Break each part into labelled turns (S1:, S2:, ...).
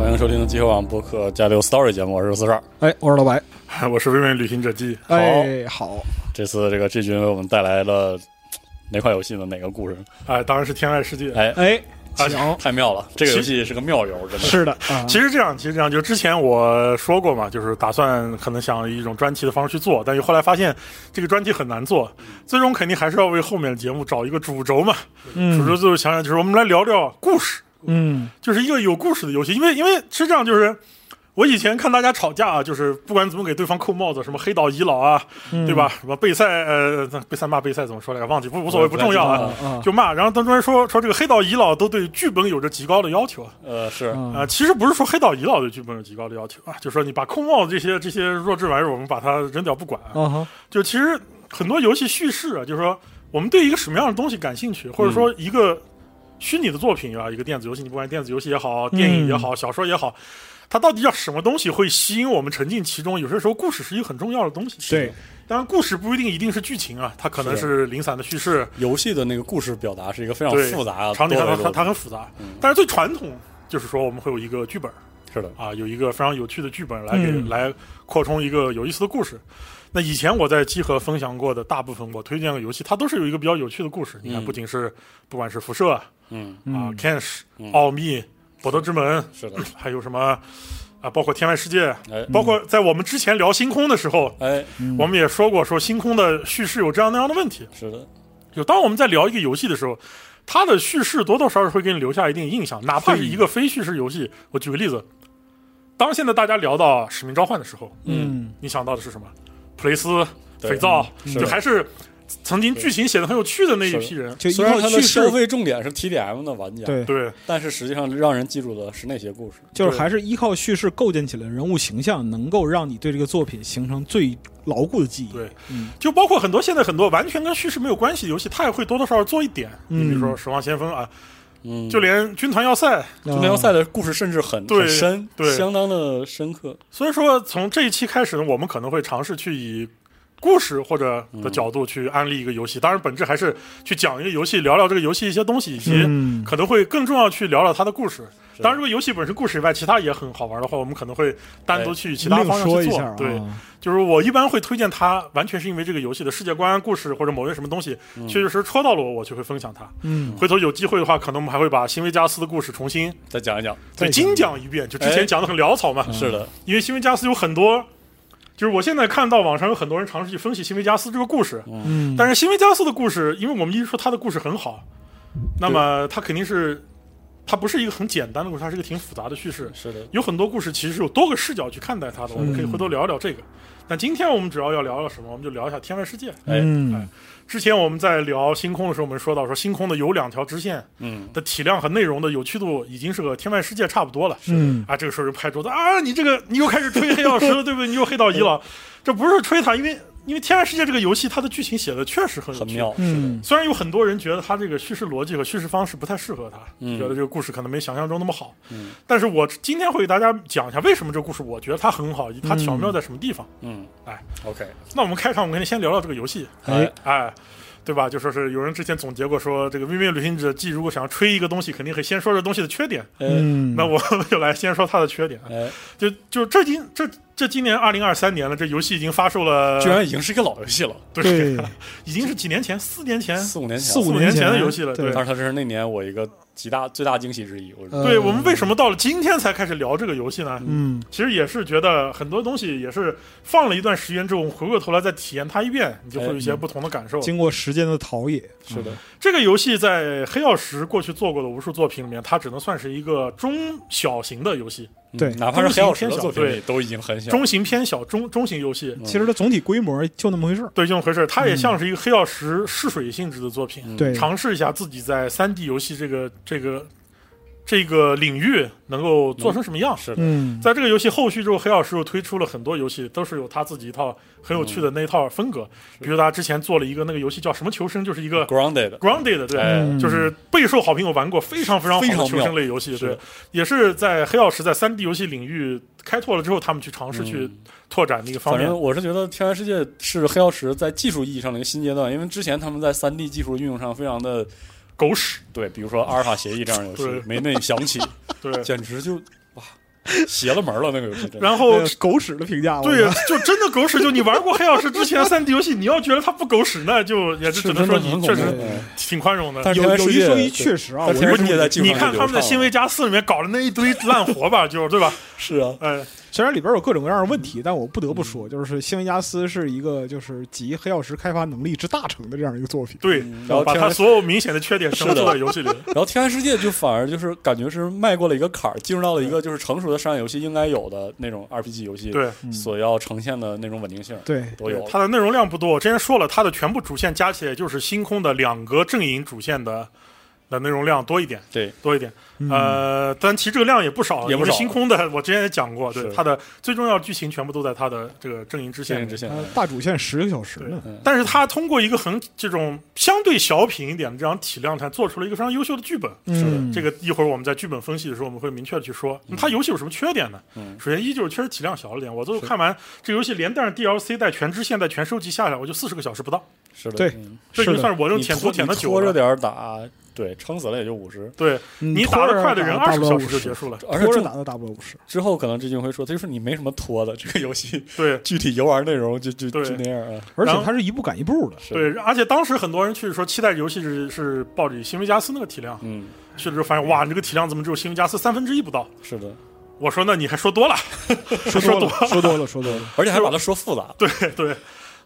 S1: 迎收听集合网播客加六 Story 节目，我是四十二。
S2: 哎，我是老白。
S3: 我是微微旅行者记，
S2: 哎，好，
S1: 这次这个志军为我们带来了哪款游戏呢？哪个故事？
S3: 哎，当然是《天外世界》。
S1: 哎，
S2: 哎，
S3: 啊
S2: 行，
S1: 太妙了！这个游戏是个妙游，真的。
S2: 是的啊，
S3: 其实这样，其实这样，就之前我说过嘛，就是打算可能想以一种专题的方式去做，但是后来发现这个专题很难做，最终肯定还是要为后面的节目找一个主轴嘛。主
S2: 嗯
S3: 轴就是想想，就是我们来聊聊故事，
S2: 嗯
S3: 就是一个有故事的游戏，因为因为是这样，就是。我以前看大家吵架啊，就是不管怎么给对方扣帽子，什么黑岛遗老啊，对吧？什么贝塞呃，贝塞骂贝塞怎么说来着？忘记不无所谓，不重要
S1: 不太
S3: 啊
S1: 记。
S2: 啊，
S3: 就骂，然后当中说说这个黑岛遗老都对剧本有着极高的要求啊、
S1: 呃，是
S2: 啊
S3: 呃其实不是说黑岛遗老对剧本有极高的要求啊，就说你把空帽这些这些弱智玩意儿，我们把它扔掉不管啊、
S2: 哈，
S3: 就其实很多游戏叙事啊，就是说我们对一个什么样的东西感兴趣，或者
S1: 嗯
S3: 说一个虚拟的作品啊，一个电子游戏，你不管电子游戏也好，电影
S1: 嗯
S3: 也好，小说也好。它到底要什么东西会吸引我们沉浸其中？有些时候，故事是一个很重要的东西。
S2: 对，
S3: 当然，故事不一定一定是剧情啊，它可能
S1: 是
S3: 是零散的叙事，
S1: 游戏的那个故事表达是一个非常
S3: 对
S1: 复杂、
S3: 场景
S1: 多嗯
S3: 它
S1: 维
S3: 它
S1: 度
S3: 它
S1: 的
S3: 它很复杂，但是最传统就是说我们会有一个剧本
S1: 是的，
S3: 啊，有一个非常有趣的剧本来给、
S2: 嗯
S3: 来扩充一个有意思的故事。那以前我在集合分享过的大部分我推荐的游戏，它都是有一个比较有趣的故事。你看，
S1: 嗯
S3: 不仅是不管是辐射啊、
S1: 嗯，
S2: 嗯
S3: c a n s
S1: 嗯
S3: 奥秘、博德之门，
S1: 是 的，
S3: 还有什么啊，包括天外世界，
S1: 哎
S3: 包括在我们之前聊星空的时候，
S1: 哎，
S2: 嗯
S3: 我们也说过，说星空的叙事有这样那样的问题。
S1: 是的，
S3: 就当我们在聊一个游戏的时候，它的叙事多多少少会给你留下一定印象，哪怕是一个非叙事游戏。我举个例子，当现在大家聊到《使命召唤》的时候，
S2: 嗯
S3: 你想到的是什么？普雷斯、
S1: 对
S3: 肥皂，
S1: 是
S3: 就还是曾经剧情写的很有趣的那一批人。
S2: 就以
S1: 虽然
S2: 后
S1: 它的
S2: 去
S1: 收
S2: 世
S1: 费重点是 TDM 的玩家，
S2: 对，
S3: 对
S1: 但是实际上让人记住的是那些故事。
S2: 就是还是依靠叙事构建起来的人物形象，能够让你对这个作品形成最牢固的记忆。
S3: 对，
S2: 嗯
S3: 就包括很多现在很多完全跟叙事没有关系的游戏，它也会多多少少做一点。
S2: 嗯
S3: 你比如说《守望先锋》啊，
S1: 嗯，
S3: 就连《军团要塞》
S1: 就那条赛的故事甚至很
S3: 对
S1: 很深，
S3: 对
S1: 相当的深刻。
S3: 所以说，从这一期开始呢，我们可能会尝试去以故事或者的角度去安利一个游戏，当然本质还是去讲一个游戏，聊聊这个游戏一些东西，以及
S2: 嗯
S3: 可能会更重要去聊聊它的故事。
S1: 是
S3: 当然，如果游戏本身故事以外，其他也很好玩的话，我们可能会单独去其他
S2: 另
S3: 方向
S2: 说
S3: 去
S2: 一
S3: 做。
S2: 下啊，
S3: 对，就是我一般会推荐它，完全是因为这个游戏的世界观、故事或者某些什么东西，确确实实戳到了我，我就会分享它。
S2: 嗯
S3: 回头有机会的话，可能我们还会把新维加斯的故事重新
S1: 再讲一讲，
S3: 对
S2: 再嗯
S3: 精讲一遍，就之
S1: 哎
S3: 前讲的很潦草嘛。
S1: 是的，
S3: 因为新维加斯有很多，就是我现在看到网上有很多人尝试去分析新维加斯这个故事，
S2: 嗯，
S3: 但是新维加斯的故事，因为我们一直说他的故事很好，那么他肯定是，他不是一个很简单的故事，它是一个挺复杂的叙事。
S1: 是的，
S3: 有很多故事其实有多个视角去看待它的，我们可以回头聊一聊这个。但今天我们主要要聊聊什么？我们就聊一下天外世界。
S1: 哎
S2: 嗯
S3: 哎之前我们在聊星空的时候，我们说到说星空的有两条支线
S1: 嗯，
S3: 的体量和内容的有趣度已经是和天外世界差不多了。
S2: 嗯，
S3: 啊，这个时候就拍桌子啊，你这个你又开始吹黑曜石了，对不对？你又黑到一了，这不是吹他，因为因为《天外世界》这个游戏，它的剧情写的确实很有
S1: 很
S3: 趣
S1: 妙。，
S2: 嗯
S3: 虽然有很多人觉得它这个叙事逻辑和叙事方式不太适合它，
S1: 嗯
S3: 觉得这个故事可能没想象中那么好，
S1: 嗯
S3: 但是我今天会给大家讲一下为什么这个故事我觉得它很好，以及它巧妙在什么地方。
S1: 嗯，
S3: 哎
S1: ，OK，
S3: 那我们开场，我们肯定先聊聊这个游戏，
S2: 哎，
S3: 哎。对吧？就说是有人之前总结过说，这个《微妙旅行者记》如果想要吹一个东西，肯定会先说这东西的缺点。
S1: 哎
S2: 嗯，
S3: 呃那我 就来先说它的缺点。啊
S1: 哎，
S3: 就就这今这这今年二零二三年了，这游戏已经发售了，
S1: 居然已经是一个老游戏了，
S3: 对，
S2: 对
S3: 已经是几年前，四年前。
S1: 四五年前，
S2: 哎四
S3: 五
S2: 年
S3: 年前的游戏了
S2: 对
S3: 对
S1: 但是它真是那年我一个极大最大惊喜之一。我
S2: 呃
S3: 对我们为什么到了今天才开始聊这个游戏呢？
S2: 嗯
S3: 其实也是觉得很多东西也是放了一段时间之后，我们回过头来再体验它一遍，你就会有一些不同的感受。
S2: 经过时间的陶冶，
S1: 是的，
S3: 这个游戏在黑曜石过去做过的无数作品里面，它只能算是一个中小型的游戏，
S1: 嗯
S2: 对
S1: 哪怕是黑曜石的作品
S3: 中
S1: 里都已经很小，
S3: 中型偏小、中中型游
S1: 嗯
S3: 戏。
S2: 其实它总体规模就那么回事儿。
S3: 对，这种回事，它也像是一个黑曜石试水性质的作品。
S1: 嗯
S2: 对，
S3: 尝试一下自己在三 D 游戏这个这个这个领域能够做成什么样。
S1: 是的，
S2: 嗯，
S3: 在这个游戏后续之后，黑曜石又推出了很多游戏，都是有他自己一套很有趣的那一套风格。
S1: 嗯
S3: 比如他之前做了一个那个游戏叫什么求生，就是一个
S1: grounded，
S3: Grounded 的，对，
S1: 哎
S2: 嗯
S3: 就是备受好评。我玩过，非常非常好
S1: 非常
S3: 的
S1: 妙
S3: 求生类游戏，
S1: 是
S3: 对，也是在黑曜石在三 D 游戏领域开拓了之后，他们去尝试去
S1: 嗯
S3: 拓展的一个方
S1: 反
S3: 面。
S1: 正我是觉得《天然世界》是黑曜石在技术意义上的一个新阶段，因为之前他们在三 D 技术运用上非常的
S3: 狗屎，
S1: 对，比如说阿尔法协议这样的游戏
S3: 对
S1: 没内响起，
S3: 对，
S1: 简直就哇，邪了门了那个游戏真的。
S3: 然后
S2: 那个狗屎的评价，
S3: 哦对
S2: 我
S3: 呀，就真的狗屎。就你玩过《黑曜石》之前三 D 游戏，你要觉得它不狗屎，那就也是只能说
S1: 是真的
S3: 你
S1: 很
S3: 确
S1: 恐怖
S3: 实
S1: 对
S3: 挺宽容的。
S1: 但是
S2: 有
S1: 天
S2: 有
S1: 然世
S2: 一
S1: 界
S2: 说一，确实啊，
S1: 但是
S2: 我
S1: 天然世界在技术
S3: 你
S1: 上
S3: 看
S1: 就
S3: 他们在
S1: 流
S3: 《
S1: 畅
S3: 新
S1: 了
S3: 维加四》里面搞的那一堆烂活吧，就对吧？
S1: 是啊，
S3: 哎，
S2: 虽然里边有各种各样的问题，但我不得不说，就是《新维加斯》是一个就是集黑曜石开发能力之大成的这样一个作品。
S3: 对，
S1: 嗯然后
S3: 把
S1: 天
S3: 他
S1: 然
S3: 所有明显的缺点
S1: 是
S3: 全
S1: 的
S3: 部做在 游戏里。
S1: 然后天然世界就反而就是感觉是迈过了一个坎儿，进入到了一个就是成熟的商业游戏应该有的那种 RPG 游戏
S3: 对，
S2: 嗯
S1: 所要呈现的那种稳定性
S2: 对，
S1: 都有了。
S3: 它的内容量不多。我之前说了，它的全部主线加起来就是星空的两个阵营主线的的内容量多一点，
S1: 对，
S3: 多一点。呃，但其实这个量也不少，
S1: 嗯也不少
S3: 因为星空的 我之前也讲过，对
S1: 是
S3: 它的最重要的剧情全部都在它的这个阵营支
S1: 限
S3: 线
S1: 定
S3: 里
S1: 之。线
S2: 它呃大主线十个小时呢，
S3: 但是它通过一个很这种相对小品一点的这样体量，它做出了一个非常优秀的剧本。
S2: 嗯，
S3: 这个一会儿我们在剧本分析的时候，我们会明确的去说，那它游戏有什么缺点呢？
S1: 嗯
S3: 首先一就是确实体量小了点，我最后看完这游戏连带着 DLC 带全支线带全收集下来，我就四十个小时不到，
S1: 是的，
S2: 对
S1: 嗯
S3: 这
S2: 是
S3: 就
S2: 的
S3: 算是我这
S1: 你
S3: 舔
S1: 拖
S3: 图舔的
S1: 你
S3: 久
S1: 拖着
S3: 了。
S1: 点儿打，对，撑死了也就五十。
S3: 对
S2: 嗯
S3: 你打得快的人，二十个小时就结
S2: 束，
S3: 束了。
S1: 而且
S2: 拖着
S1: 这
S2: 打都打不到五十。
S1: 之后可能这就会说，他就说你没什么拖的，这个游戏
S3: 对
S1: 具体游玩内容就就
S3: 对
S1: 就那样啊。
S2: 而且
S3: 然后
S2: 它是一步赶一步的，
S1: 是，
S3: 对，而且当时很多人去说期待游戏是是抱着新维加斯那个体量，
S1: 嗯，
S3: 去了之后发现哇，你这个体量怎么只有新维加斯三分之一不到？
S1: 是的，
S3: 我说那你还说多了，
S2: 说多了，说多了，说多了。
S1: 而且还把它说复杂。
S3: 对 对。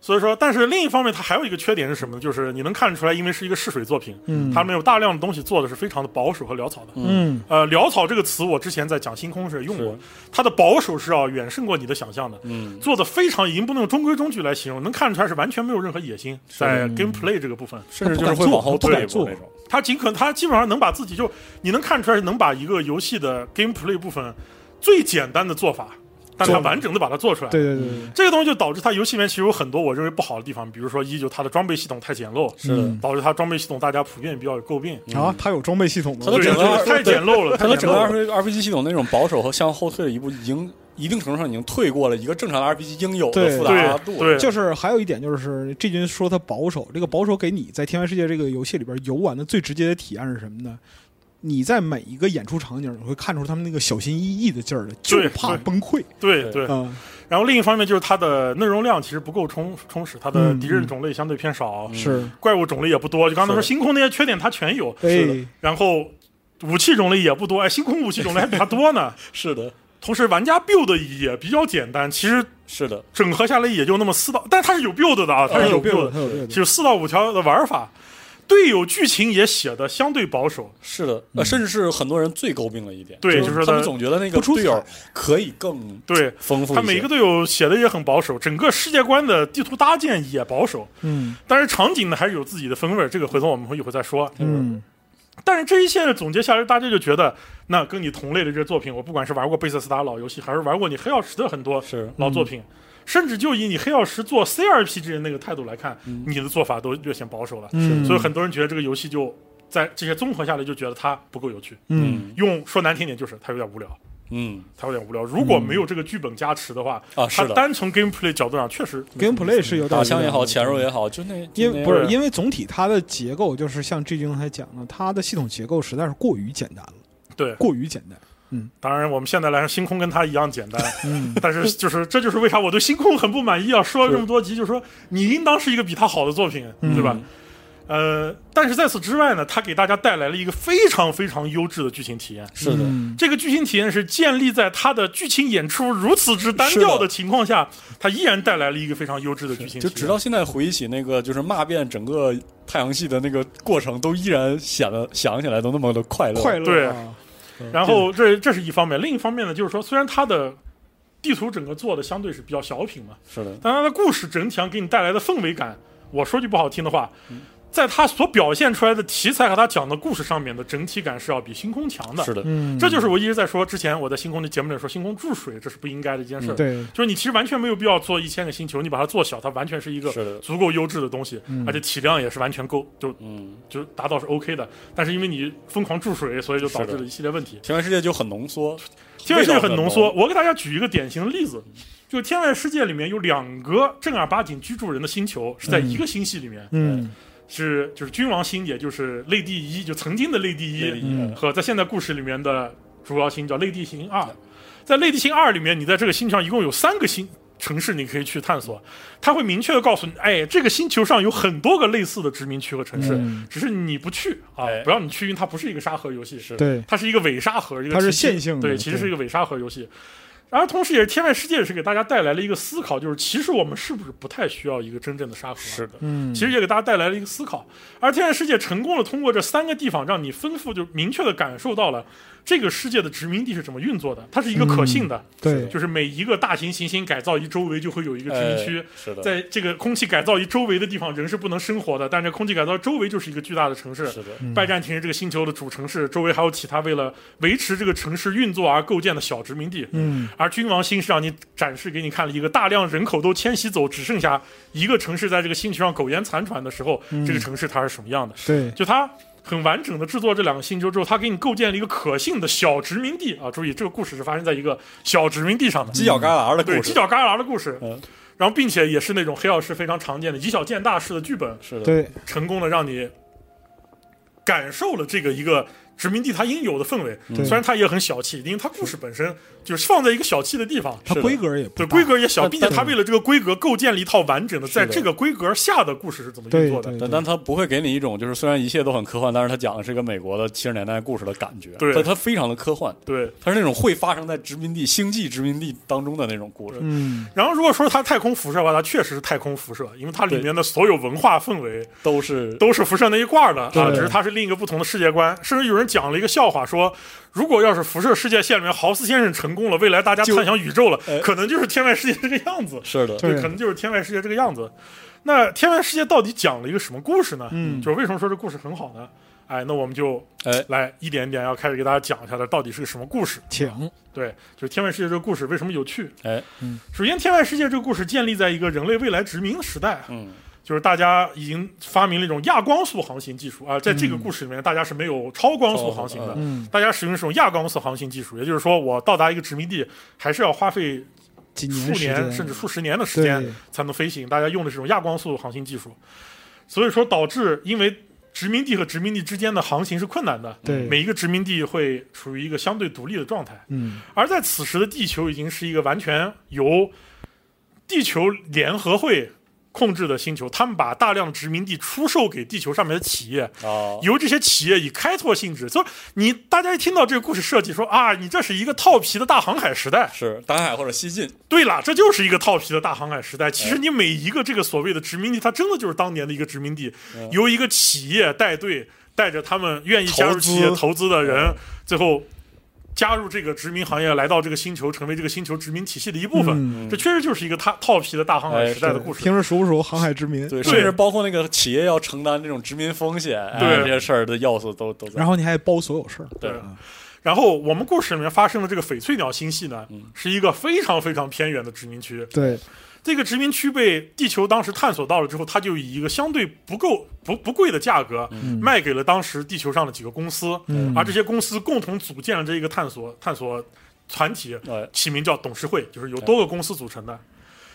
S3: 所以说，但是另一方面，它还有一个缺点是什么呢？就是你能看得出来，因为是一个试水作品，
S2: 嗯
S3: 他们有大量的东西做的是非常的保守和潦草的。
S2: 嗯，
S3: 呃，潦草这个词我之前在讲星空时也用过
S1: 是，
S3: 它的保守是要远胜过你的想象的，
S1: 嗯，
S3: 做的非常已经不能用中规中矩来形容，能看出来是完全没有任何野心在 gameplay 这个部分，
S1: 甚至就是会往后
S2: 不
S1: 退
S2: 敢
S1: 一
S2: 做
S1: 步那种。
S3: 它尽可能它基本上能把自己就你能看出来能把一个游戏的 gameplay 部分最简单的做法，但它
S2: 做
S3: 完整的把它做出来。
S2: 对对对
S1: 嗯
S2: 对，
S3: 这个东西就导致它游戏里面其实有很多我认为不好的地方，比如说一就它的装备系统太简陋，
S1: 是的
S2: 嗯，
S3: 导致它装备系统大家普遍比较有诟病，
S2: 对啊，它有装备系统
S1: 它都
S2: 吗？
S3: 对，
S1: 整个
S3: 就是太简 陋了，
S1: 它的
S3: 太
S1: 整
S3: 简
S1: 个
S3: 陋了
S1: RPG RPG 系统那种保守和向后退的一步，已经一定程度上已经退过了一个正常的 RPG 应有的
S2: 对
S1: 复杂度。
S3: 对对
S2: 就是还有一点就是，这军说它保守，这个保守给你在《天外世界》这个游戏里边游玩的最直接的体验是什么呢？你在每一个演出场景，你会看出他们那个小心翼翼的劲儿来，就
S3: 对
S2: 怕
S3: 对
S2: 崩溃
S3: 对对。
S2: 啊。
S3: 然后另一方面就是它的内容量其实不够充充实，它的
S2: 嗯
S3: 敌人种类相对偏少，
S1: 嗯
S2: 是，
S3: 怪物种类也不多。就刚才说
S1: 是
S3: 星空那些缺点它全有，
S2: 哎，
S3: 然后武器种类也不多，哎，星空武器种类还比它多呢。
S1: 是的，
S3: 同时，玩家 build 也比较简单，其实
S1: 是的，
S3: 整合下来也就那么四到，但是它是有 build 的啊，它
S2: 它
S3: 是
S2: 哎有病，
S3: build，
S2: 它有病。
S3: 就四到五条的玩法。队友剧情也写的相对保守，
S1: 是的，呃，甚至是很多人最诟病的一点，
S3: 对
S1: 就
S3: 就是
S1: 他们
S3: 它
S1: 总觉得那个
S2: 不出
S1: 队友
S2: 彩
S1: 可以更
S3: 对
S1: 丰富一些。
S3: 他每个队友写的也很保守，整个世界观的地图搭建也保守，
S2: 嗯
S3: 但是场景呢还是有自己的风味儿，这个回头我们会一会儿再说。
S2: 嗯，
S3: 但是这一切总结下来，大家就觉得，那跟你同类的这些作品，我不管是玩过贝塞斯达老游戏，还是玩过你黑曜石的很多
S1: 是
S3: 老作品，甚至就以你黑曜石做 CRPG 的那个态度来看，
S1: 嗯
S3: 你的做法都略显保守了。
S2: 嗯
S3: 所以很多人觉得这个游戏就在这些综合下来，就觉得它不够有趣。
S2: 嗯
S3: 用说难听点，就是它有点无聊，
S1: 嗯
S3: 它有点无聊。如果没有这个剧本加持的话，
S1: 啊，
S3: 它
S1: 是的，
S3: 单从 gameplay 角度上确实没什么意思
S2: ，gameplay 是有点
S1: 打枪也好，
S2: 无聊的
S1: 潜入也好，就那就那
S2: 因为
S1: 样
S2: 不是
S3: 对
S2: 因为总体它的结构就是像 G 君刚才讲的，它的系统结构实在是过于简单了，
S3: 对。
S2: 过于简单。
S3: 当然，我们现在来说，星空跟它一样简单，
S2: 嗯，
S3: 但是就是这就是为啥我对星空很不满意啊！说了这么多集，就说你应当是一个比他好的作品，
S2: 嗯
S3: 对吧？
S1: 嗯
S3: 呃，但是在此之外呢，它给大家带来了一个非常非常优质的剧情体验。
S1: 是的，
S2: 嗯
S3: 这个剧情体验是建立在它的剧情演出如此之单调
S1: 是的
S3: 的情况下，它依然带来了一个非常优质的剧情体
S1: 就
S3: 验。
S1: 直到现在回忆起那个，就是骂遍整个太阳系的那个过程，都依然显得想起来都那么的快乐。嗯
S2: 快乐啊，
S3: 然后这这是一方面，另一方面呢，就是说虽然它的地图整个做的相对是比较小品嘛，
S1: 是的，
S3: 但它的故事整体上给你带来的氛围感，我说句不好听的话，在它所表现出来的题材和它讲的故事上面的整体感是要比星空强的。
S1: 是的，
S2: 嗯，
S3: 这就是我一直在说，之前我在星空的节目里说，星空注水这是不应该的一件事。
S1: 嗯
S2: 对，
S3: 就是你其实完全没有必要做一千个星球，你把它做小，它完全是一个
S1: 是的
S3: 足够优质的东西，
S2: 嗯
S3: 而且体量也是完全够，就
S1: 嗯，
S3: 就达到是 OK 的。但是因为你疯狂注水，所以就导
S1: 是
S3: 致了
S1: 的
S3: 一系列问题。
S1: 田园世界就很浓缩，
S3: 天外世界很浓
S1: 味
S3: 缩，
S1: 道很浓
S3: 我给大家举一个典型的例子，就天外世界里面有两个正儿八经居住人的星球是在一个星系里面，
S2: 嗯
S3: 是就是君王星，也就是类地一，就曾经的类地
S1: 魅力
S3: 一，
S1: 一
S2: 嗯
S1: 的
S3: 和在现在故事里面的主要星叫类地星二。在《类地星二》里面，你在这个星球上一共有三个星城市，你可以去探索。它会明确的告诉你，哎，这个星球上有很多个类似的殖民区和城市，
S2: 嗯
S3: 只是你不去啊，
S1: 哎
S3: 不让你去，因为它不是一个沙盒游戏，是
S2: 对
S3: 它是一个伪沙盒，一个
S2: 它是
S3: 其实
S2: 线性的
S3: 对，其实
S2: 对
S3: 是一个伪沙盒游戏。然后，同时也是《天外世界》是给大家带来了一个思考，就是其实我们是不是不太需要一个真正的沙盒？
S1: 是的，
S2: 嗯，
S3: 其实也给大家带来了一个思考。而《天外世界》成功的通过这三个地方，让你丰富就明确的感受到了这个世界的殖民地是怎么运作的，它是一个可信的，
S2: 嗯对，
S3: 就是每一个大型行星改造一周围就会有一个殖民区。
S1: 哎是的，
S3: 在这个空气改造一周围的地方，人是不能生活的。但这空气改造周围就是一个巨大的城市，
S1: 是的，
S2: 嗯
S3: 拜占庭是这个星球的主城市，周围还有其他为了维持这个城市运作而构建的小殖民地。
S2: 嗯，
S3: 而君王星是让你展示给你看了一个大量人口都迁徙走，只剩下一个城市在这个星球上苟延残喘的时候，
S2: 嗯
S3: 这个城市它是什么样的？
S2: 对，
S3: 就它很完整的制作这两个星球之后，它给你构建了一个可信的小殖民地啊！注意，这个故事是发生在一个小殖民地上的，
S1: 犄角旮旯的
S3: 对
S1: 故
S3: 犄
S1: 事，
S3: 角旮旯的故事。
S1: 嗯
S3: 然后，并且也是那种黑曜石非常常见的以小见大式的剧本，
S1: 是的，
S2: 对，
S3: 成功的让你感受了这个一个殖民地它应有的氛围。
S2: 对
S3: 虽然它也很小气，因为它故事本身就是放在一个小气的地方，
S2: 它
S1: 是的
S2: 规格也不
S3: 对
S2: 大
S3: 规格也小，并且
S2: 但
S3: 它为了这个规格构建了一套完整的，在
S1: 的
S3: 这个规格下的故事是怎么
S2: 对
S3: 运作的。
S2: 对
S1: 但但他不会给你一种就是虽然一切都很科幻，但是他讲的是一个美国的七十年代故事的感觉，
S3: 对
S1: 但他非常的科幻，
S3: 对，
S1: 他是那种会发生在殖民地、星际殖民地当中的那种故事，
S2: 嗯，
S3: 然后如果说它太空辐射的话，它确实是太空辐射，因为它里面的所有文化氛围
S1: 都是
S3: 都是辐射那一挂的啊，
S2: 对
S3: 只是它是另一个不同的世界观。甚至有人讲了一个笑话说，如果要是辐射世界线里面豪斯先生成功了，未来大家
S1: 就
S3: 探想宇宙了
S1: 哎，
S3: 可能就是天外世界这个 样子。
S1: 是的，
S2: 对
S3: 可能就是天外世界这个样子。那天外世界到底讲了一个什么故事呢？
S2: 嗯
S3: 就是为什么说这故事很好呢？哎，那我们就
S1: 哎
S3: 来一点一点要开始给大家讲一下它到底是个什么故事。
S2: 请
S3: 对，就是天外世界这个故事为什么有趣？
S1: 哎，
S3: 首先，天外世界这个故事建立在一个人类未来殖民的时代啊，
S1: 嗯，
S3: 就是大家已经发明了一种亚光速航行技术啊，在这个故事里面，大家是没有超光速航行的，
S1: 超光速
S2: 嗯，
S3: 大家使用这种亚光速航行技术，也就是说，我到达一个殖民地还是要花费
S2: 几
S3: 数
S2: 年时
S3: 年
S2: 间
S3: 甚至数十年的时间
S2: 对，
S3: 才能飞行。大家用的是这种亚光速航行技术，所以说导致因为殖民地和殖民地之间的航行是困难的，
S2: 对
S3: 嗯每一个殖民地会处于一个相对独立的状态。
S2: 嗯
S3: 而在此时的地球已经是一个完全由地球联合会控制的星球，他们把大量殖民地出售给地球上面的企业，
S1: 啊，
S3: 由这些企业以开拓性质，所以你大家一听到这个故事设计说啊，你这是一个套皮的大航海时代，
S1: 是南海或者西进，
S3: 对啦，这就是一个套皮的大航海时代。其
S1: 哎
S3: 实你每一个这个所谓的殖民地，它真的就是当年的一个殖民地，
S1: 哎
S3: 由一个企业带队，带着他们愿意加入
S1: 投资哎
S3: 企业投资的人，最后加入这个殖民行业，来到这个星球，成为这个星球殖民体系的一部分。
S2: 嗯
S3: 这确实就是一个套套皮的大航
S1: 哎
S3: 海时代的故事。
S2: 平时熟不熟航海之民？
S1: 对，
S3: 对
S1: 甚至包括那个企业要承担这种殖民风险，哎
S3: 对
S1: 这些事儿的要素都都在
S2: 然，后你还包所有事儿，
S1: 对，
S3: 然后我们故事里面发生的这个翡翠鸟星系呢，
S1: 嗯
S3: 是一个非常非常偏远的殖民区。
S2: 对，
S3: 这个殖民区被地球当时探索到了之后，它就以一个相对不够不不贵的价格
S1: 嗯
S3: 卖给了当时地球上的几个公司，
S2: 嗯
S3: 而这些公司共同组建了这一个探索探索团体，
S1: 哎，
S3: 起名叫董事会，就是由多个公司组成的。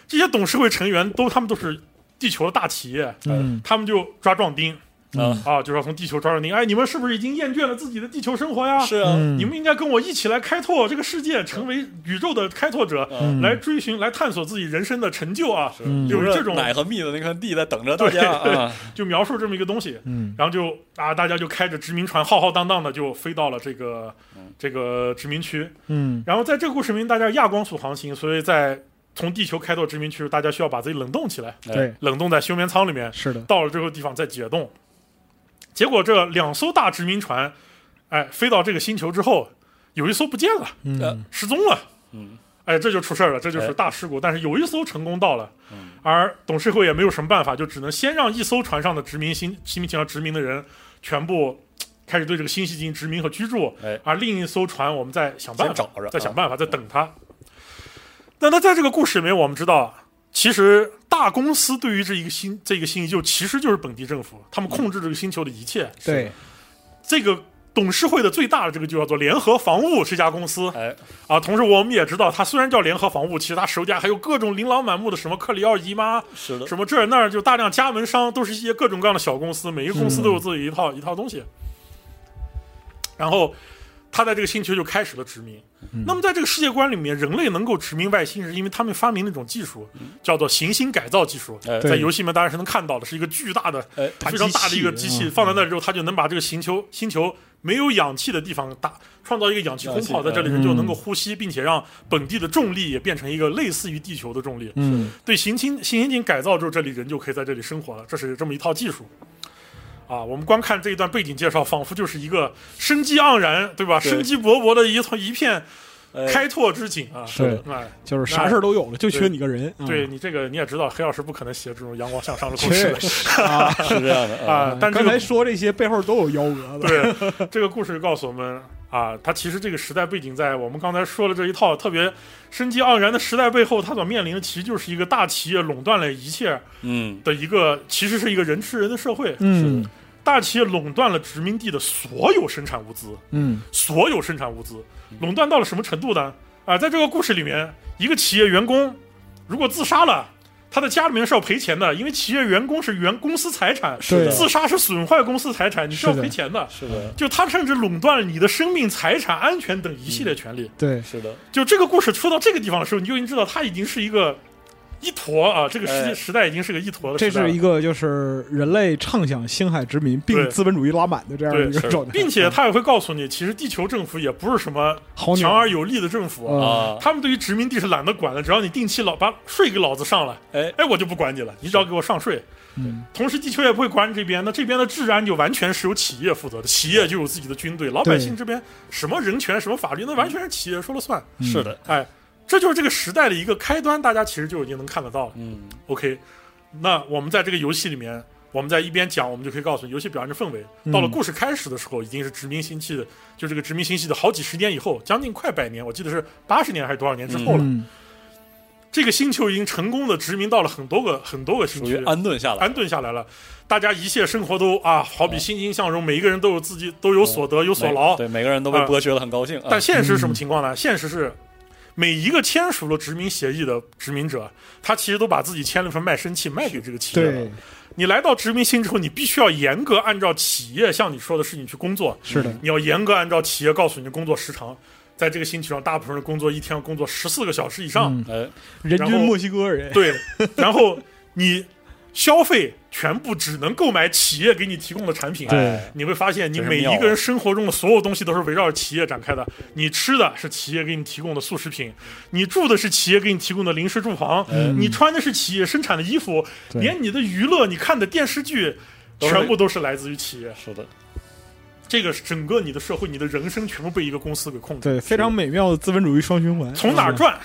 S3: 这些董事会成员都他们都是地球的大企业，
S2: 嗯
S3: 他们就抓壮丁
S1: 嗯
S3: 啊，就是要从地球抓壮丁。哎，你们是不是已经厌倦了自己的地球生活呀？
S2: 嗯
S1: 是啊，
S3: 呃你们应该跟我一起来开拓这个世界，成为宇宙的开拓者，
S1: 嗯
S3: 来追寻、来探索自己人生的成就啊！
S2: 嗯
S3: 就是这种
S1: 奶和蜜的那块地在等着大家啊，
S3: 就描述这么一个东西，
S2: 嗯
S3: 然后就啊，大家就开着殖民船浩浩荡荡的就飞到了这个这个殖民区。
S2: 嗯
S3: 然后在这个故事里面，大家亚光速航行，所以在从地球开拓殖民区，大家需要把自己冷冻起来，
S1: 哎，
S2: 对，
S3: 冷冻在休眠舱里面，
S2: 是的，
S3: 到了这个地方再解冻。结果这两艘大殖民船，哎，飞到这个星球之后，有一艘不见了。
S1: 呃
S2: 嗯
S3: 失踪了。
S1: 嗯，
S3: 哎，这就出事儿了，这就是
S1: 哎嗯
S3: 大事故。但是有一艘成功到了，而董事会也没有什么办法，就只能先让一艘船上的殖民星殖民上殖民的人全部嘖开始对这个星系进行殖民和居住。
S1: 哎
S3: 而另一艘船，我们再想办法，
S1: 先找啊着
S3: 再想办法，再等它。那那在这个故事里面，我们知道，其实大公司对于这一个星这个星系就其实就是本地政府，他们控制这个星球的一切。
S2: 对，
S3: 这个董事会的最大的这个就叫做联合防务这家公司。
S1: 哎，
S3: 啊，同时我们也知道，它虽然叫联合防务，其实它手底下还有各种琳琅满目的什么克里奥姨妈，
S1: 是的，
S3: 什么这儿那儿，就大量加盟商，都是一些各种
S2: 嗯
S3: 各样的小公司，每一个公司都有自己一套、一套东西。然后，他在这个星球就开始了殖民。
S2: 嗯
S3: 那么在这个世界观里面，人类能够殖民外星，是因为他们发明了一种技术，叫做行星改造技术。
S1: 哎
S2: 对
S3: 在游戏里面大家是能看到的，是一个巨大的、
S1: 哎
S2: 大
S3: 非常大的
S2: 机器
S3: 一个机器，
S2: 嗯
S3: 放在那儿之后，它就能把这个星球星球没有氧气的地方打创造一个氧气
S1: 氧
S3: 风
S1: 气
S3: 炮，在这里人
S2: 嗯
S3: 就能够呼吸，并且让本地的重力也变成一个类似于地球的重力。
S2: 嗯
S3: 对行星行星井改造之后，这里人就可以在这里生活了，这是这么一套技术。啊，我们光看这一段背景介绍，仿佛就是一个生机盎然，对吧？
S1: 对
S3: 生机勃勃的一一片
S1: 哎
S3: 开拓之景啊！
S2: 是的
S3: 哎，
S2: 就是啥事儿都有了，就缺你个人。嗯
S3: 对，你这个你也知道，黑老师不可能写这种阳光向上的故事
S2: 确
S3: 的
S2: 实啊，
S1: 是这样的
S3: 啊。但是这
S2: 刚
S3: 个
S2: 才说这些背后都有幺蛾子。
S3: 对，这个故事告诉我们啊，它其实这个时代背景在我们刚才说了这一套特别生机盎然的时代背后，它所面临的其实就是一个大企业垄断了一切
S1: 嗯
S3: 的一个，其实是一个人吃人的社会。
S1: 嗯
S2: 嗯
S3: 大企业垄断了殖民地的所有生产物资，
S2: 嗯
S3: 所有生产物资垄断到了什么程度呢？啊、在这个故事里面，一个企业员工如果自杀了。他的家里面是要赔钱的，因为企业员工是原公司财产，
S2: 是的
S3: 自杀是损坏公司财产，你是要
S2: 是的
S3: 赔钱的。
S1: 是的
S3: 就他甚至垄断了你的生命、财产安全等一系列权利。
S2: 对
S1: 是的
S3: 就这个故事说到这个地方的时候，你就已经知道它已经是一个一坨啊，这个世界
S1: 哎
S3: 时代已经是个一坨的
S2: 这
S3: 时代了
S2: 是一个就是人类畅想星海殖民并
S3: 对
S2: 资本主义拉满的这样的一个
S1: 对是
S2: 状态，
S3: 并且他也会告诉你，其实地球政府也不是什么
S2: 好鸟
S3: 强而有力的政府啊，
S2: 嗯
S1: 啊，
S3: 他们对于殖民地是懒得管的，只要你定期老把税给老子上来，
S1: 哎
S3: 哎，我就不管你了，你只要给我上税。
S2: 嗯
S3: 同时，地球也不会管你这边，那这边的治安就完全是由企业负责的，企业就有自己的军队，老百姓这边什么人权、什么法律，那完全是企业说了算。
S1: 是的
S3: 哎，这就是这个时代的一个开端，大家其实就已经能看得到了。
S1: 嗯
S3: OK，那我们在这个游戏里面，我们在一边讲，我们就可以告诉你，游戏表现的氛围。
S1: 嗯
S3: 到了故事开始的时候，已经是殖民星系的，就这个殖民星系的好几十年以后，将近快百年，我记得是八十年还是多少年之后了。
S2: 嗯
S3: 这个星球已经成功的殖民到了很多个很多个星
S1: 属
S3: 区
S1: 于，安顿下来
S3: 安顿下来了。大家一切生活都啊，好比欣欣向荣，每一个人都有自己都有所得，有所
S1: 每
S3: 劳。
S1: 嗯对每个人都被
S3: 啊
S1: 剥削的很高兴啊
S3: 但现实是什么情况呢？现实是，每一个签署了殖民协议的殖民者，他其实都把自己签了份卖身契卖给这个企业了。
S2: 对
S3: 你来到殖民星之后，你必须要严格按照企业向你说的事情去工作，
S2: 是的，
S3: 你要严格按照企业告诉你的工作时长。在这个星球上，大部分人工作一天要工作十四个小时以上。
S2: 嗯
S1: 哎
S2: 人
S3: 然
S2: 均
S3: 后
S2: 墨西哥 人，
S3: 对，然后你消费全部只能购买企业给你提供的产品。
S2: 对
S1: 哎
S3: 你会发现，你
S1: 这是
S3: 每
S1: 妙啊
S3: 一个人生活中的所有东西都是围绕着企业展开的。你吃的是企业给你提供的速食品，你住的是企业给你提供的临时住房，
S2: 嗯
S3: 你穿的是企业生产的衣服，
S2: 对
S3: 连你的娱乐、你看的电视剧，
S1: 都是
S3: 全部都是来自于企业。
S1: 是的
S3: 这个是整个你的社会、你的人生全部被一个公司给控制。
S2: 对，非常美妙的资本主义双循环，
S3: 从哪儿
S2: 嗯？
S3: 赚，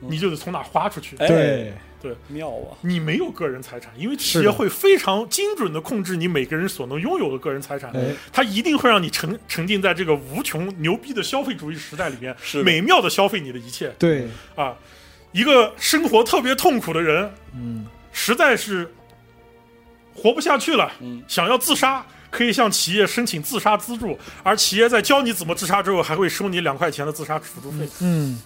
S1: 嗯
S3: 你就得从哪儿花出去。
S1: 哎
S2: 对，
S1: 妙啊
S3: 你没有个人财产，因为企
S2: 是
S3: 业
S2: 的
S3: 会非常精准的控制你每个人所能拥有的个人财产，
S2: 哎
S3: 它一定会让你沉沉浸在这个无穷牛逼的消费主义时代里面，
S1: 是的
S3: 美妙的消费你的一切
S2: 对，
S3: 啊！一个生活特别痛苦的人，
S2: 嗯，
S3: 实在是活不下去了，
S1: 嗯
S3: 想要自杀。可以向企业申请自杀资助，而企业在教你怎么自杀之后，还会收你两块钱的自杀辅助费。
S2: 嗯，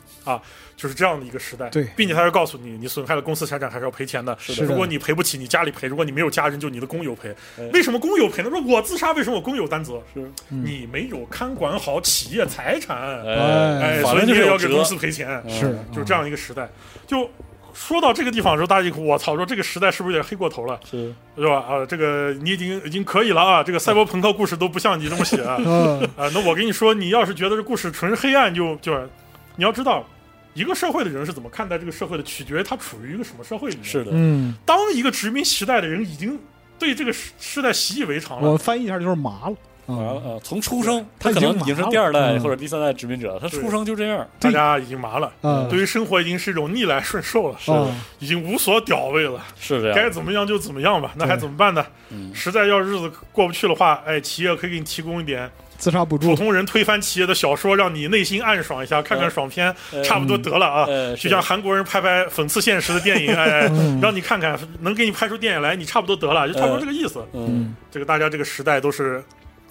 S3: 就是这样的一个时代。
S2: 对
S3: 并且他会告诉你，你损害了公司财产还是要赔钱的。
S1: 是
S2: 的
S3: 如果你赔不起，你家里赔；如果你没有家人，就你的工友赔
S1: 哎。
S3: 为什么工友赔呢？说我自杀，为什么我工友担责？
S1: 是
S2: 嗯
S3: 你没有看管好企业财产，
S2: 哎
S3: 哎，
S1: 反
S3: 所以
S1: 正
S3: 你
S1: 就是
S3: 也要
S1: 有
S3: 给
S1: 辙
S3: 公司赔钱。
S1: 嗯
S2: 是，
S3: 就这样一个时代，就说到这个地方的时候，大家就我操，说这个时代是不是有点黑过头了，
S1: 是
S3: 是吧？啊，这个你已经已经可以了啊，这个赛博朋克故事都不像你这么写啊。
S2: 嗯，
S3: 啊、那我跟你说，你要是觉得这故事纯是黑暗就，就是你要知道，一个社会的人是怎么看待这个社会的，取决于他处于一个什么社会里面。，
S1: 是的
S2: 嗯，
S3: 当一个殖民时代的人已经对这个时时代习以为常了
S2: 嗯我，翻译一下就是麻了
S1: 啊
S2: 啊，
S1: 啊！从出生，他
S2: 他已
S1: 可
S2: 经
S1: 能已经是
S2: 麻了
S1: 第二代
S2: 嗯
S1: 或者第三代殖民者，他出生就这样，
S3: 大家已经麻了，
S2: 嗯
S3: 对于生活已经是一种逆来顺受了，
S1: 的
S2: 啊
S3: 已经无所屌味了，
S1: 是这
S3: 该
S1: 样。
S3: 怎么样就怎么样吧，那还
S2: 对
S3: 怎么办呢？
S1: 嗯，
S3: 实在要日子过不去的话，哎，企业可以给你提供一点
S2: 自杀补
S3: 普
S2: 助，
S3: 通人推翻企业的小说，让你内心暗爽一下，看
S2: 嗯
S3: 看爽片，
S1: 哎
S3: 差不多得了啊。
S1: 呃，
S3: 就是像
S1: 的
S3: 韩国人拍拍讽刺现实的电影，哎，
S2: 嗯
S3: 让你看看，能给你拍出电影来，你差不多得了，就差不多这个意思。
S1: 嗯，
S3: 这个大家这个时代都是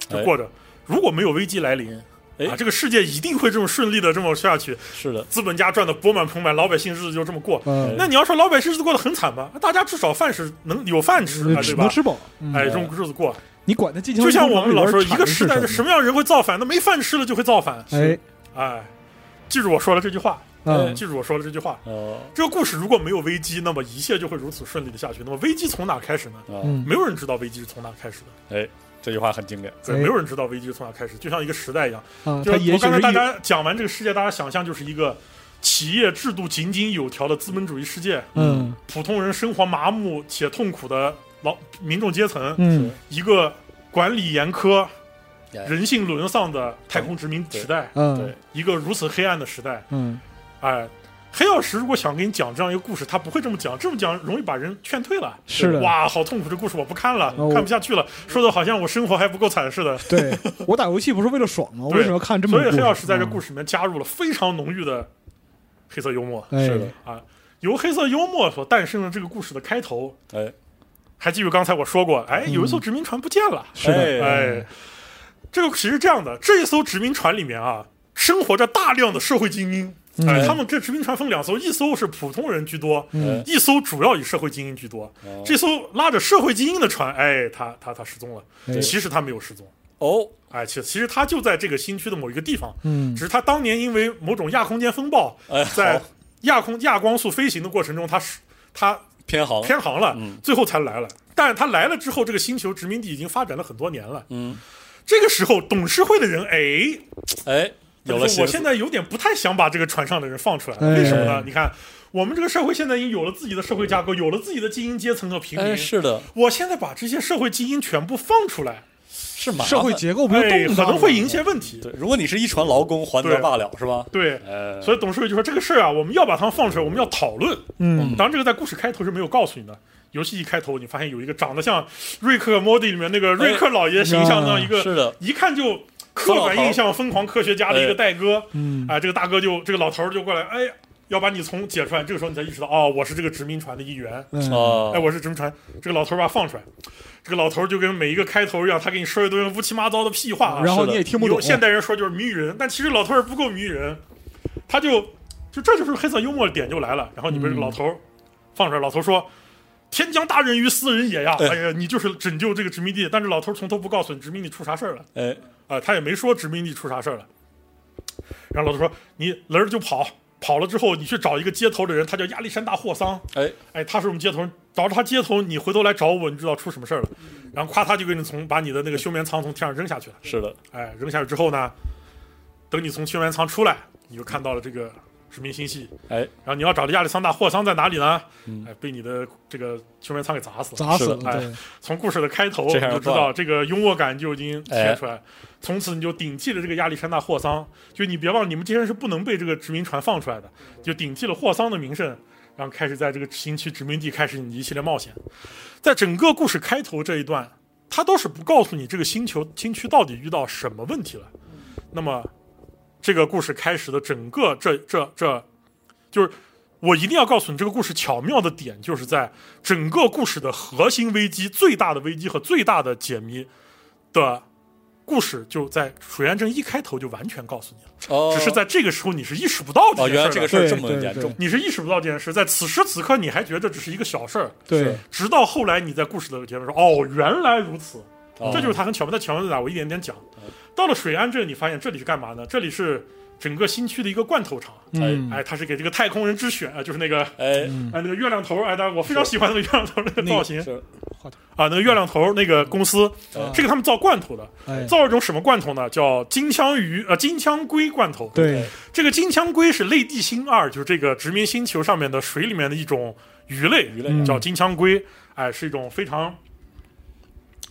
S3: 就
S1: 哎
S3: 过着，如果没有危机来临。
S1: 哎
S3: 啊，这个世界一定会这么顺利的这么下去，
S1: 是的，
S3: 资本家赚的钵满盆满，老百姓日子就这么过。
S2: 嗯，
S3: 那你要说老百姓日子过得很惨吧，大家至少饭是能有饭吃啊，对
S2: 吃呃
S3: 吧哎
S2: 能？吃饱，嗯
S3: 哎，这种日子过，
S2: 你管它进行
S3: 就像我们老说，一个时
S2: 时
S3: 代的什么样的人会造反？那没饭吃了就会造反。
S2: 哎
S3: 哎，记住我说了这句话，
S2: 嗯
S3: 记住我说了这句话。
S1: 呃
S3: 这个故事如果没有危机，那么一切就会如此顺利的下去。那么危机从哪开始呢？
S1: 啊，
S2: 嗯
S3: 没有人知道危机是从哪开始的，
S1: 这句话很经典。
S3: 对，
S2: 哎
S3: 没有人知道危机是从哪开始，就像一个时代一样。
S2: 啊，
S3: 就
S2: 它也
S3: 我
S2: 许
S3: 刚
S2: 是
S3: 才大
S2: 一
S3: 家讲完这个世界，大家想象就是一个企业制度井井有条的资本主义世界，
S2: 嗯
S3: 普通人生活麻木且痛苦的老民众阶层，
S2: 嗯
S3: 一个管理严苛、
S1: 哎
S3: 人性沦丧的太空殖民时代，
S2: 嗯
S1: 对
S3: 一个如此黑暗的时代。
S2: 嗯
S3: 哎，黑曜石如果想给你讲这样一个故事，他不会这么讲，这么讲容易把人劝退了。
S2: 是的
S3: 哇，好痛苦，这故事我不看了，
S2: 哦
S3: 看不下去了，说的好像我生活还不够惨似的。
S2: 对， 我打游戏不是为了爽吗？我
S3: 对
S2: 为什么要看这么
S3: 所
S2: 多
S3: 以
S2: 故事？嗯
S3: 黑曜石在这故
S2: 事，
S3: 事里面加入了非常浓郁的黑色幽默，啊
S2: 哎
S1: 是的，
S3: 由黑色幽默所诞生的这个故事的开头，
S1: 哎，
S3: 还记住刚才我说过，哎，
S2: 嗯
S3: 有一艘殖民船不见了，
S2: 是的，嗯
S3: 哎，这个其实这样的，这一艘殖民船里面啊，生活着大量的社会精英。哎，
S2: 嗯
S3: 他们这殖民船分两艘，一艘是普通人居多，
S2: 嗯
S3: 一艘主要以社会精英居多。
S1: 哎哦
S3: 这艘拉着社会精英的船，哎，他他他失踪了。
S2: 哎
S3: 其实他没有失踪，
S1: 哦，
S3: 哎，其其实他就在这个新区的某一个地方，
S2: 嗯
S3: 只是他当年因为某种亚空间风暴，
S1: 哎，
S3: 在
S1: 好
S3: 亚空亚光速飞行的过程中，他是他
S1: 偏航，
S3: 偏航了，
S1: 嗯
S3: 最后才来了。但是他来了之后，这个星球殖民地已经发展了很多年了。
S1: 嗯，
S3: 这个时候，董事会的人哎，
S1: 哎，有了
S3: 他说
S1: 心
S3: 我
S1: 思
S3: 现在有点不太想把这个船上的人放出来，
S2: 哎
S3: 为什么呢？你看，我们这个社会现在已经有了自己的社会架构，有了自己的精英阶层和平民。
S1: 哎，是的，
S3: 我现在把这些社会精英全部放出来，
S1: 是麻烦
S2: 社会结构不就
S3: 哎，
S2: 动
S3: 可
S2: 荡
S3: 能
S2: 了
S3: 会引起问题。
S1: 对，如果你是一船劳工，还则
S3: 对
S1: 罢了，是吧？
S3: 对，
S1: 呃，
S3: 所以董事会就说这个事儿啊，我们要把他们放出来，我们要讨论。
S2: 嗯
S3: 当然，这个在故事开头是没有告诉你的。游戏一开头，你发现有一个长得像《瑞克和莫蒂》里面那个
S2: 哎
S3: 瑞克老爷形象的一
S2: 啊
S3: 个，
S1: 是的，
S3: 一看就刻板印象疯狂科学家的一个戴哥。
S2: 嗯
S3: 哎，这个大哥就这个老头儿就过来，哎，要把你从解出来。这个时候你才意识到，哦，我是这个殖民船的一员。
S2: 嗯
S1: 哦
S3: 哎，，我是殖民船，这个老头儿把他放出来。这个老头儿就跟每一个开头一样，他给你说一堆乌七八糟的屁话啊，
S2: 嗯然后
S1: 是的
S2: 你也听不懂
S3: 有，现代人说就是谜语人，但其实老头儿不够谜语人，他就就这就是黑色幽默的点就来了。然后你们这个老头儿放出来，老头儿说：“天将大任于斯人也呀！”
S1: 哎
S3: 哎呀，你就是拯救这个殖民地。但是老头儿从头不告诉你殖民地出啥事儿了
S1: 哎，
S3: 啊、他也没说殖民地出啥事儿了。然后老头儿说：“你人儿就跑，跑了之后你去找一个街头的人，他叫亚历山大霍桑。
S1: 哎，
S3: 哎，他是我们街头人，找着他街头，你回头来找我，你知道出什么事儿了。”然后夸他就给你从把你的那个休眠舱从天上扔下去了。
S1: 是的，
S3: 哎，扔下去之后呢，等你从休眠舱出来，你就看到了这个殖民星系。
S1: 哎
S3: 然后你要找的亚历桑大霍桑在哪里呢？
S1: 嗯
S3: 哎，被你的这个休眠舱给砸死了。
S2: 砸死了，
S1: 是
S3: 的哎
S2: 对，
S3: 从故事的开头
S1: 这
S3: 你
S1: 下
S3: 就
S1: 就
S3: 知
S1: 断
S3: 道
S1: 了
S3: 这个幽默感就已经切出来，从此你就顶替了这个亚历山大霍桑。就你别忘了，你们这些人是不能被这个殖民船放出来的，就顶替了霍桑的名声，然后开始在这个新区殖民地开始你一系列冒险。在整个故事开头这一段，他都是不告诉你这个星球新区到底遇到什么问题了。那么，这个故事开始的整个这这这，就是我一定要告诉你，这个故事巧妙的点就是在整个故事的核心危机、最大的危机和最大的解谜的故事，就在水源镇一开头就完全告诉你了。
S1: 哦，
S3: 只是在这个时候你是意识不到这
S1: 哦，
S3: 件事
S1: 原
S3: 儿
S1: 来
S3: 的
S1: 这个事儿
S2: 对
S1: 这么
S2: 对
S1: 严重，
S3: 你是意识不到这件事，在此时此刻你还觉得这只是一个小事儿，
S2: 对，
S3: 直到后来你在故事的前面说：“哦，原来如此。”
S1: 哦
S3: 这就是它很巧妙。它巧妙在哪？我一点点讲。到了水安镇，你发现这里是干嘛呢？这里是整个新区的一个罐头厂。
S2: 嗯
S3: 哎，它是给这个太空人之血啊、就是那个哎
S1: 哎，
S3: 那个月亮头哎，但我非常喜欢那个月亮头那个造型
S1: 是
S3: 啊，那个月亮头那个公司
S1: 嗯
S3: 是给他们造罐头的，
S2: 哎，
S3: 造一种什么罐头呢？叫金枪鱼呃金枪龟罐头。
S2: 对，
S3: 这个金枪龟是类地星二，就是这个殖民星球上面的水里面的一种鱼类，
S1: 鱼类
S2: 嗯
S3: 叫金枪龟，哎，是一种非常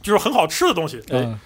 S3: 就是很好吃的东西。
S1: 哎
S2: 啊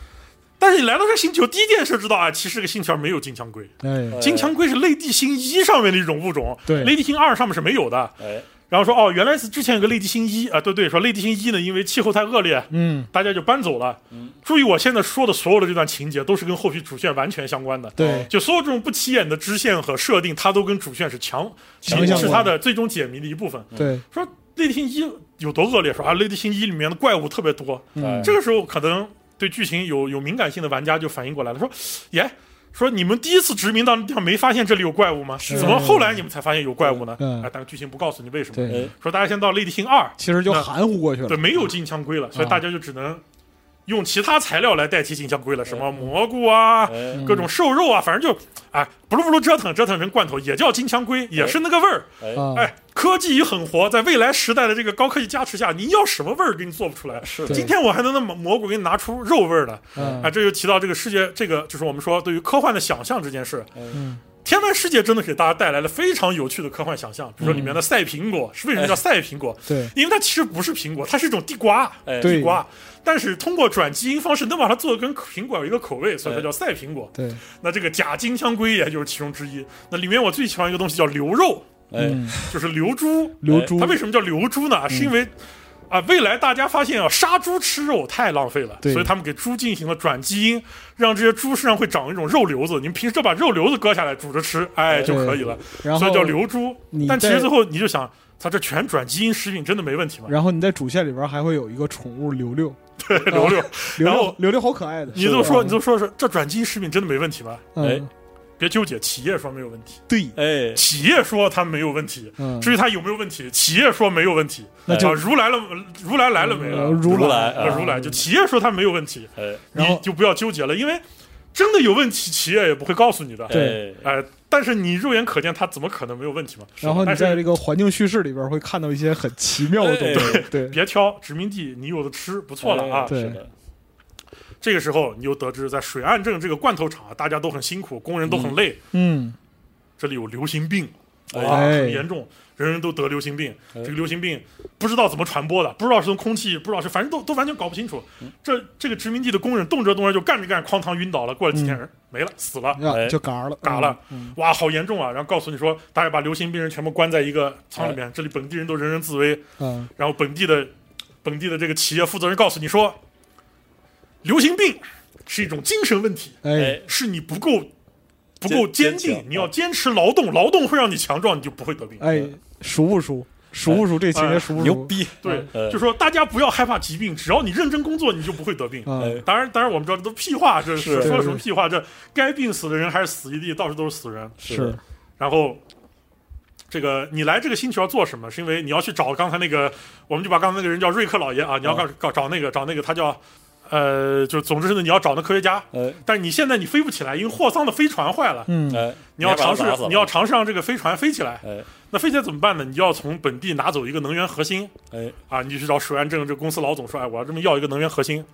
S3: 但是你来到这个星球，第一件事知道啊，其实这个星球上没有金枪龟，
S2: 哎，
S3: 金枪龟是类地星一上面的一种物种，
S2: 对
S3: 类地星二上面是没有的。
S1: 哎，
S3: 然后说哦，原来是之前有个类地星一啊，对对，说类地星一呢，因为气候太恶劣，
S2: 嗯，
S3: 大家就搬走了。注意，我现在说的所有的这段情节都是跟后续主线完全相关的。
S2: 对，
S3: 就所有这种不起眼的支线和设定，它都跟主线是强，
S2: 强相关
S3: 是它的最终解谜的一部分。
S2: 对，
S3: 说雷迪星一有多恶劣，说啊，雷迪星一里面的怪物特别多。
S1: 哎
S2: 嗯
S3: 这个时候可能对剧情有有敏感性的玩家就反应过来了，说，耶，说你们第一次殖民到那地方没发现这里有怪物吗？
S1: 是
S3: 怎么后来你们才发现有怪物呢？
S2: 嗯
S3: 啊，但剧情不告诉你为什么。
S2: 对，
S1: 哎
S3: 说大家先到雷迪星二，
S2: 其实就
S3: 那
S2: 含糊过去了
S4: 啊
S3: 对，，没有金枪龟了，所以
S2: 啊
S3: 大家就只能用其他材料来代替金枪龟了，什么蘑菇啊，
S2: 嗯
S4: 嗯
S1: 哎
S3: 各种瘦肉啊，反正就哎，不噜不噜折腾折腾成罐头，也叫金枪龟，也是那个味儿。
S1: 哎，
S4: 啊，
S3: 哎，科技也很活，在未来时代的这个高科技加持下，你要什么味儿给你做不出来？
S1: 是
S4: 对
S3: 今天我还能那么蘑菇给你拿出肉味儿来，
S4: 嗯
S3: 啊，这就提到这个世界，这个就是我们说对于科幻的想象这件事。
S4: 嗯，
S3: 天外世界真的给大家带来了非常有趣的科幻想象，比如说里面的
S4: 嗯
S3: 赛苹果，是为什么叫赛苹果？
S4: 对，
S3: 因为它其实不是苹果，它是一种地瓜，
S1: 哎
S4: 对
S3: 地瓜。但是通过转基因方式能把它做的跟苹果有一个口味，所以它
S1: 哎
S3: 叫赛苹果。
S4: 对，
S3: 那这个假金枪龟也就是其中之一。那里面我最喜欢一个东西叫牛肉，
S1: 哎
S4: 嗯，
S3: 就是流猪。
S4: 流猪嗯
S3: 哎它，为什么叫流猪呢？是因为啊，未来大家发现啊，杀猪吃肉太浪费了，
S4: 对
S3: 所以他们给猪进行了转基因，让这些猪身上会长一种肉瘤子。你们平时就把肉瘤子割下来煮着吃，哎就可以了，
S4: 然
S3: 所
S4: 后
S3: 以叫流猪
S4: 你。
S3: 但其
S4: 在
S3: 实最后你就想，它这全转基因食品真的没问题吗？
S4: 然后你在主线里边还会有一个宠物刘六，
S3: 流瘤，
S4: 刘
S3: 然
S4: 六
S3: 后
S4: 刘六好可爱的，
S3: 你就说你哎就说是这转基因食品真的没问题吗？
S4: 嗯，
S3: 别纠结，企业说没有问题，
S4: 对，
S1: 哎，
S3: 企业说它没有问题。
S4: 嗯，
S3: 至于它有没有问题，企业说没有问题，
S4: 那就呃
S3: 啊如来了，如来来了没了，
S4: 如
S1: 如来啊
S3: 啊，如来就企业说它没有问题，
S1: 哎，
S4: 嗯然后
S3: 你就不要纠结了，因为真的有问题，企业也不会告诉你的。
S4: 对
S1: 哎，
S3: 哎、但是你肉眼可见，它怎么可能没有问题嘛？
S4: 然后你
S3: 但
S4: 在
S3: 是
S4: 这个环境叙事里边会看到一些很奇妙的东
S3: 哎
S4: 西，对，
S3: 别挑殖民地，你有的吃，不错了啊
S1: 哎。
S4: 对
S1: 是的，
S3: 这个时候，你又得知在水岸镇这个罐头厂啊，大家都很辛苦，工人都很累，
S4: 嗯，
S3: 这里有流行病，
S1: 哎
S3: 哇，
S4: 哎
S3: 很严重，人人都得流行病。
S1: 哎
S3: 这个流行病不知道怎么传播的，不知道是从空气，不知道是，反正都都完全搞不清楚。
S1: 嗯
S3: 这这个殖民地的工人动辄动辄就干着干着，哐当晕倒了，过了几
S1: 嗯
S3: 天人没了，死了。
S4: 呀，啊就嘎了，
S3: 哎嘎了，哇，好严重啊！然后告诉你说，大家把流行病人全部关在一个舱
S1: 嗯
S3: 里面，这里本地人都人人自危。
S4: 嗯，
S3: 然后本地的本地的这个企业负责人告诉你说，流行病是一种精神问题，
S4: 哎，
S1: 哎，
S3: 是你不够不够坚
S1: 坚坚
S3: 定
S1: 强，
S3: 你要坚持劳动，劳动会让你强壮，你就不会得病。
S4: 哎，熟不熟？熟不熟？这
S3: 哎
S4: 情节熟不熟？
S1: 牛逼，
S3: 对，
S1: 哎
S3: 就说大家不要害怕疾病，只要你认真工作，你就不会得病。
S4: 啊，
S1: 哎，
S3: 当然，当然，我们知道这都屁话，这
S1: 是嗯
S3: 说什么屁话？这该病死的人还是死一地，到处都是死人。
S1: 的
S4: 是，
S3: 然后，这个你来这个星球要做什么？是因为你要去找刚才那个，我们就把刚才那个人叫瑞克老爷
S1: 嗯
S3: 啊，你要搞搞找那个找那个，他叫呃，就总之呢，你要找那科学家。
S1: 哎
S3: 但你现在你飞不起来，因为霍桑的飞船坏了。
S4: 嗯，
S1: 哎，
S3: 你要
S1: 把他
S3: 尝试
S1: 砸死，了
S3: 你要尝试让这个飞船飞起来。
S1: 哎
S3: 那飞起来怎么办呢？你就要从本地拿走一个能源核心。
S1: 哎
S3: 啊，你去找水岸证这个公司老总说，哎，我要这么要一个能源核心。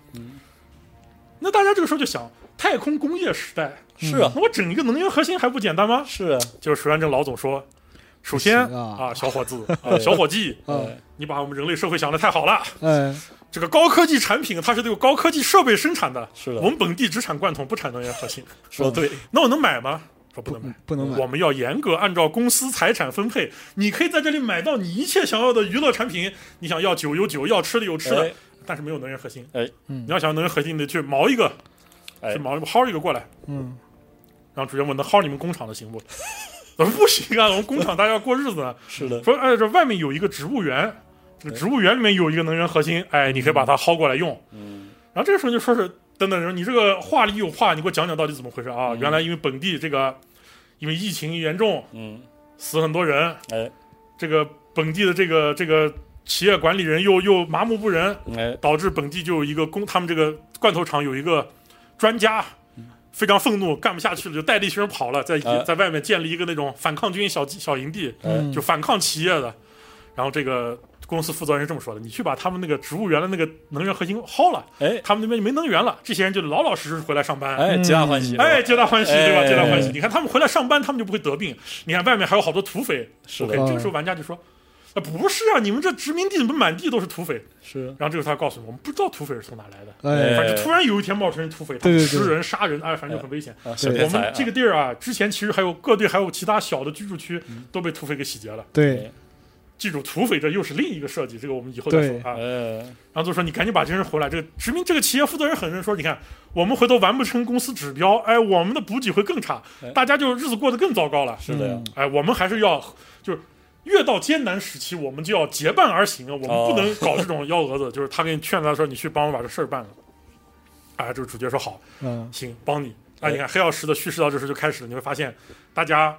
S3: 那大家这个时候就想，太空工业时代，
S1: 是啊
S3: 那我整一个能源核心还不简单吗？
S1: 是啊，
S3: 就是水岸证老总说，首先
S4: 不行啊
S3: 小伙子啊，小伙计，
S4: 啊，
S1: 哎
S3: 你把我们人类社会想的太好了。
S4: 哎，
S3: 这个高科技产品，它是对高科技设备生产的。
S1: 是的
S3: 我们本地只产罐头，不产能源核心。哦
S1: 说得对，
S3: 那我能买吗？说不能买，
S4: 不能买
S3: 我们要严格按照公司财产分配，你可以在这里买到你一切想要的娱乐产品。你想要酒有酒，要吃的有吃的，
S1: 哎
S3: 但是没有能源核心。
S1: 哎
S4: 嗯
S3: 你要想能源核心，你得去毛一个，
S1: 哎
S3: 去毛一个薅一个过来。
S4: 嗯，
S3: 然后主角问他薅你们工厂的行不？ 我说不行啊，我们工厂大家要过日子呢。
S1: 是的，
S3: 说哎，这外面有一个植物园，这个
S1: 哎
S3: 植物园里面有一个能源核心，哎，你可以把它薅过来用。
S1: 嗯，
S3: 然后这个时候就说是等等，你这个话里有话，你给我讲讲到底怎么回事啊？原来因为本地这个因为疫情严重，
S1: 嗯，
S3: 死很多人，
S1: 哎
S3: 这个本地的这个这个企业管理人又又麻木不仁，
S1: 哎
S3: 导致本地就有一个工，他们这个罐头厂有一个专家。非常愤怒，干不下去了，就带着一群人跑了，在一
S1: 哎
S3: 在外面建立一个那种反抗军小小营地，
S4: 嗯
S1: 哎，
S3: 就反抗企业的。然后这个公司负责人是这么说的：“你去把他们那个植物园的那个能源核心薅了，
S1: 哎
S3: 他们那边就没能源了，这些人就老老实实回来上班。”
S1: 哎，皆大欢喜，
S3: 哎，皆大欢喜，
S1: 哎
S3: 对吧？皆大欢喜。
S1: 哎
S3: 你看他们回来上班，他们就不会得病。你看外面还有好多土匪。
S1: 是
S3: OK，
S4: 嗯
S1: 的，
S3: 这个时候玩家就说：“啊，不是啊，你们这殖民地怎么满地都是土匪
S1: 是？”，
S3: 然后这个时候他告诉你，我们不知道土匪是从哪来的，
S4: 哎，
S3: 反正突然有一天冒出人土匪，他
S4: 对
S3: 们
S4: 对对
S3: 吃人、杀人，哎，反正就很危险。
S1: 啊，小
S4: 对
S1: 天
S3: 我
S1: 才
S3: 们
S1: 啊，
S3: 这个地儿啊，之前其实还有各地还有其他小的居住区
S4: 嗯
S3: 都被土匪给洗劫了。
S1: 哎
S4: 对，
S3: 记住，土匪这又是另一个设计，这个我们以后再说
S4: 对
S3: 啊。
S1: 哎
S3: 然后就说你赶紧把这人回来，这个殖民这个企业负责人很认真说，你看我们回头完不成公司指标，哎，我们的补给会更差
S1: 哎，
S3: 大家就日子过得更糟糕了。
S1: 是的呀，
S3: 哎，我们还是要就是。越到艰难时期，我们就要结伴而行啊！我们
S1: 哦
S3: 不能搞这种幺蛾子。就是他给你劝他说：“你去帮我把这事儿办了。”哎，这个主角说：“好，
S4: 嗯，
S3: 行，帮你。”啊，
S1: 哎哦
S3: 你看黑曜石的叙事到这时候就开始了，你会发现大家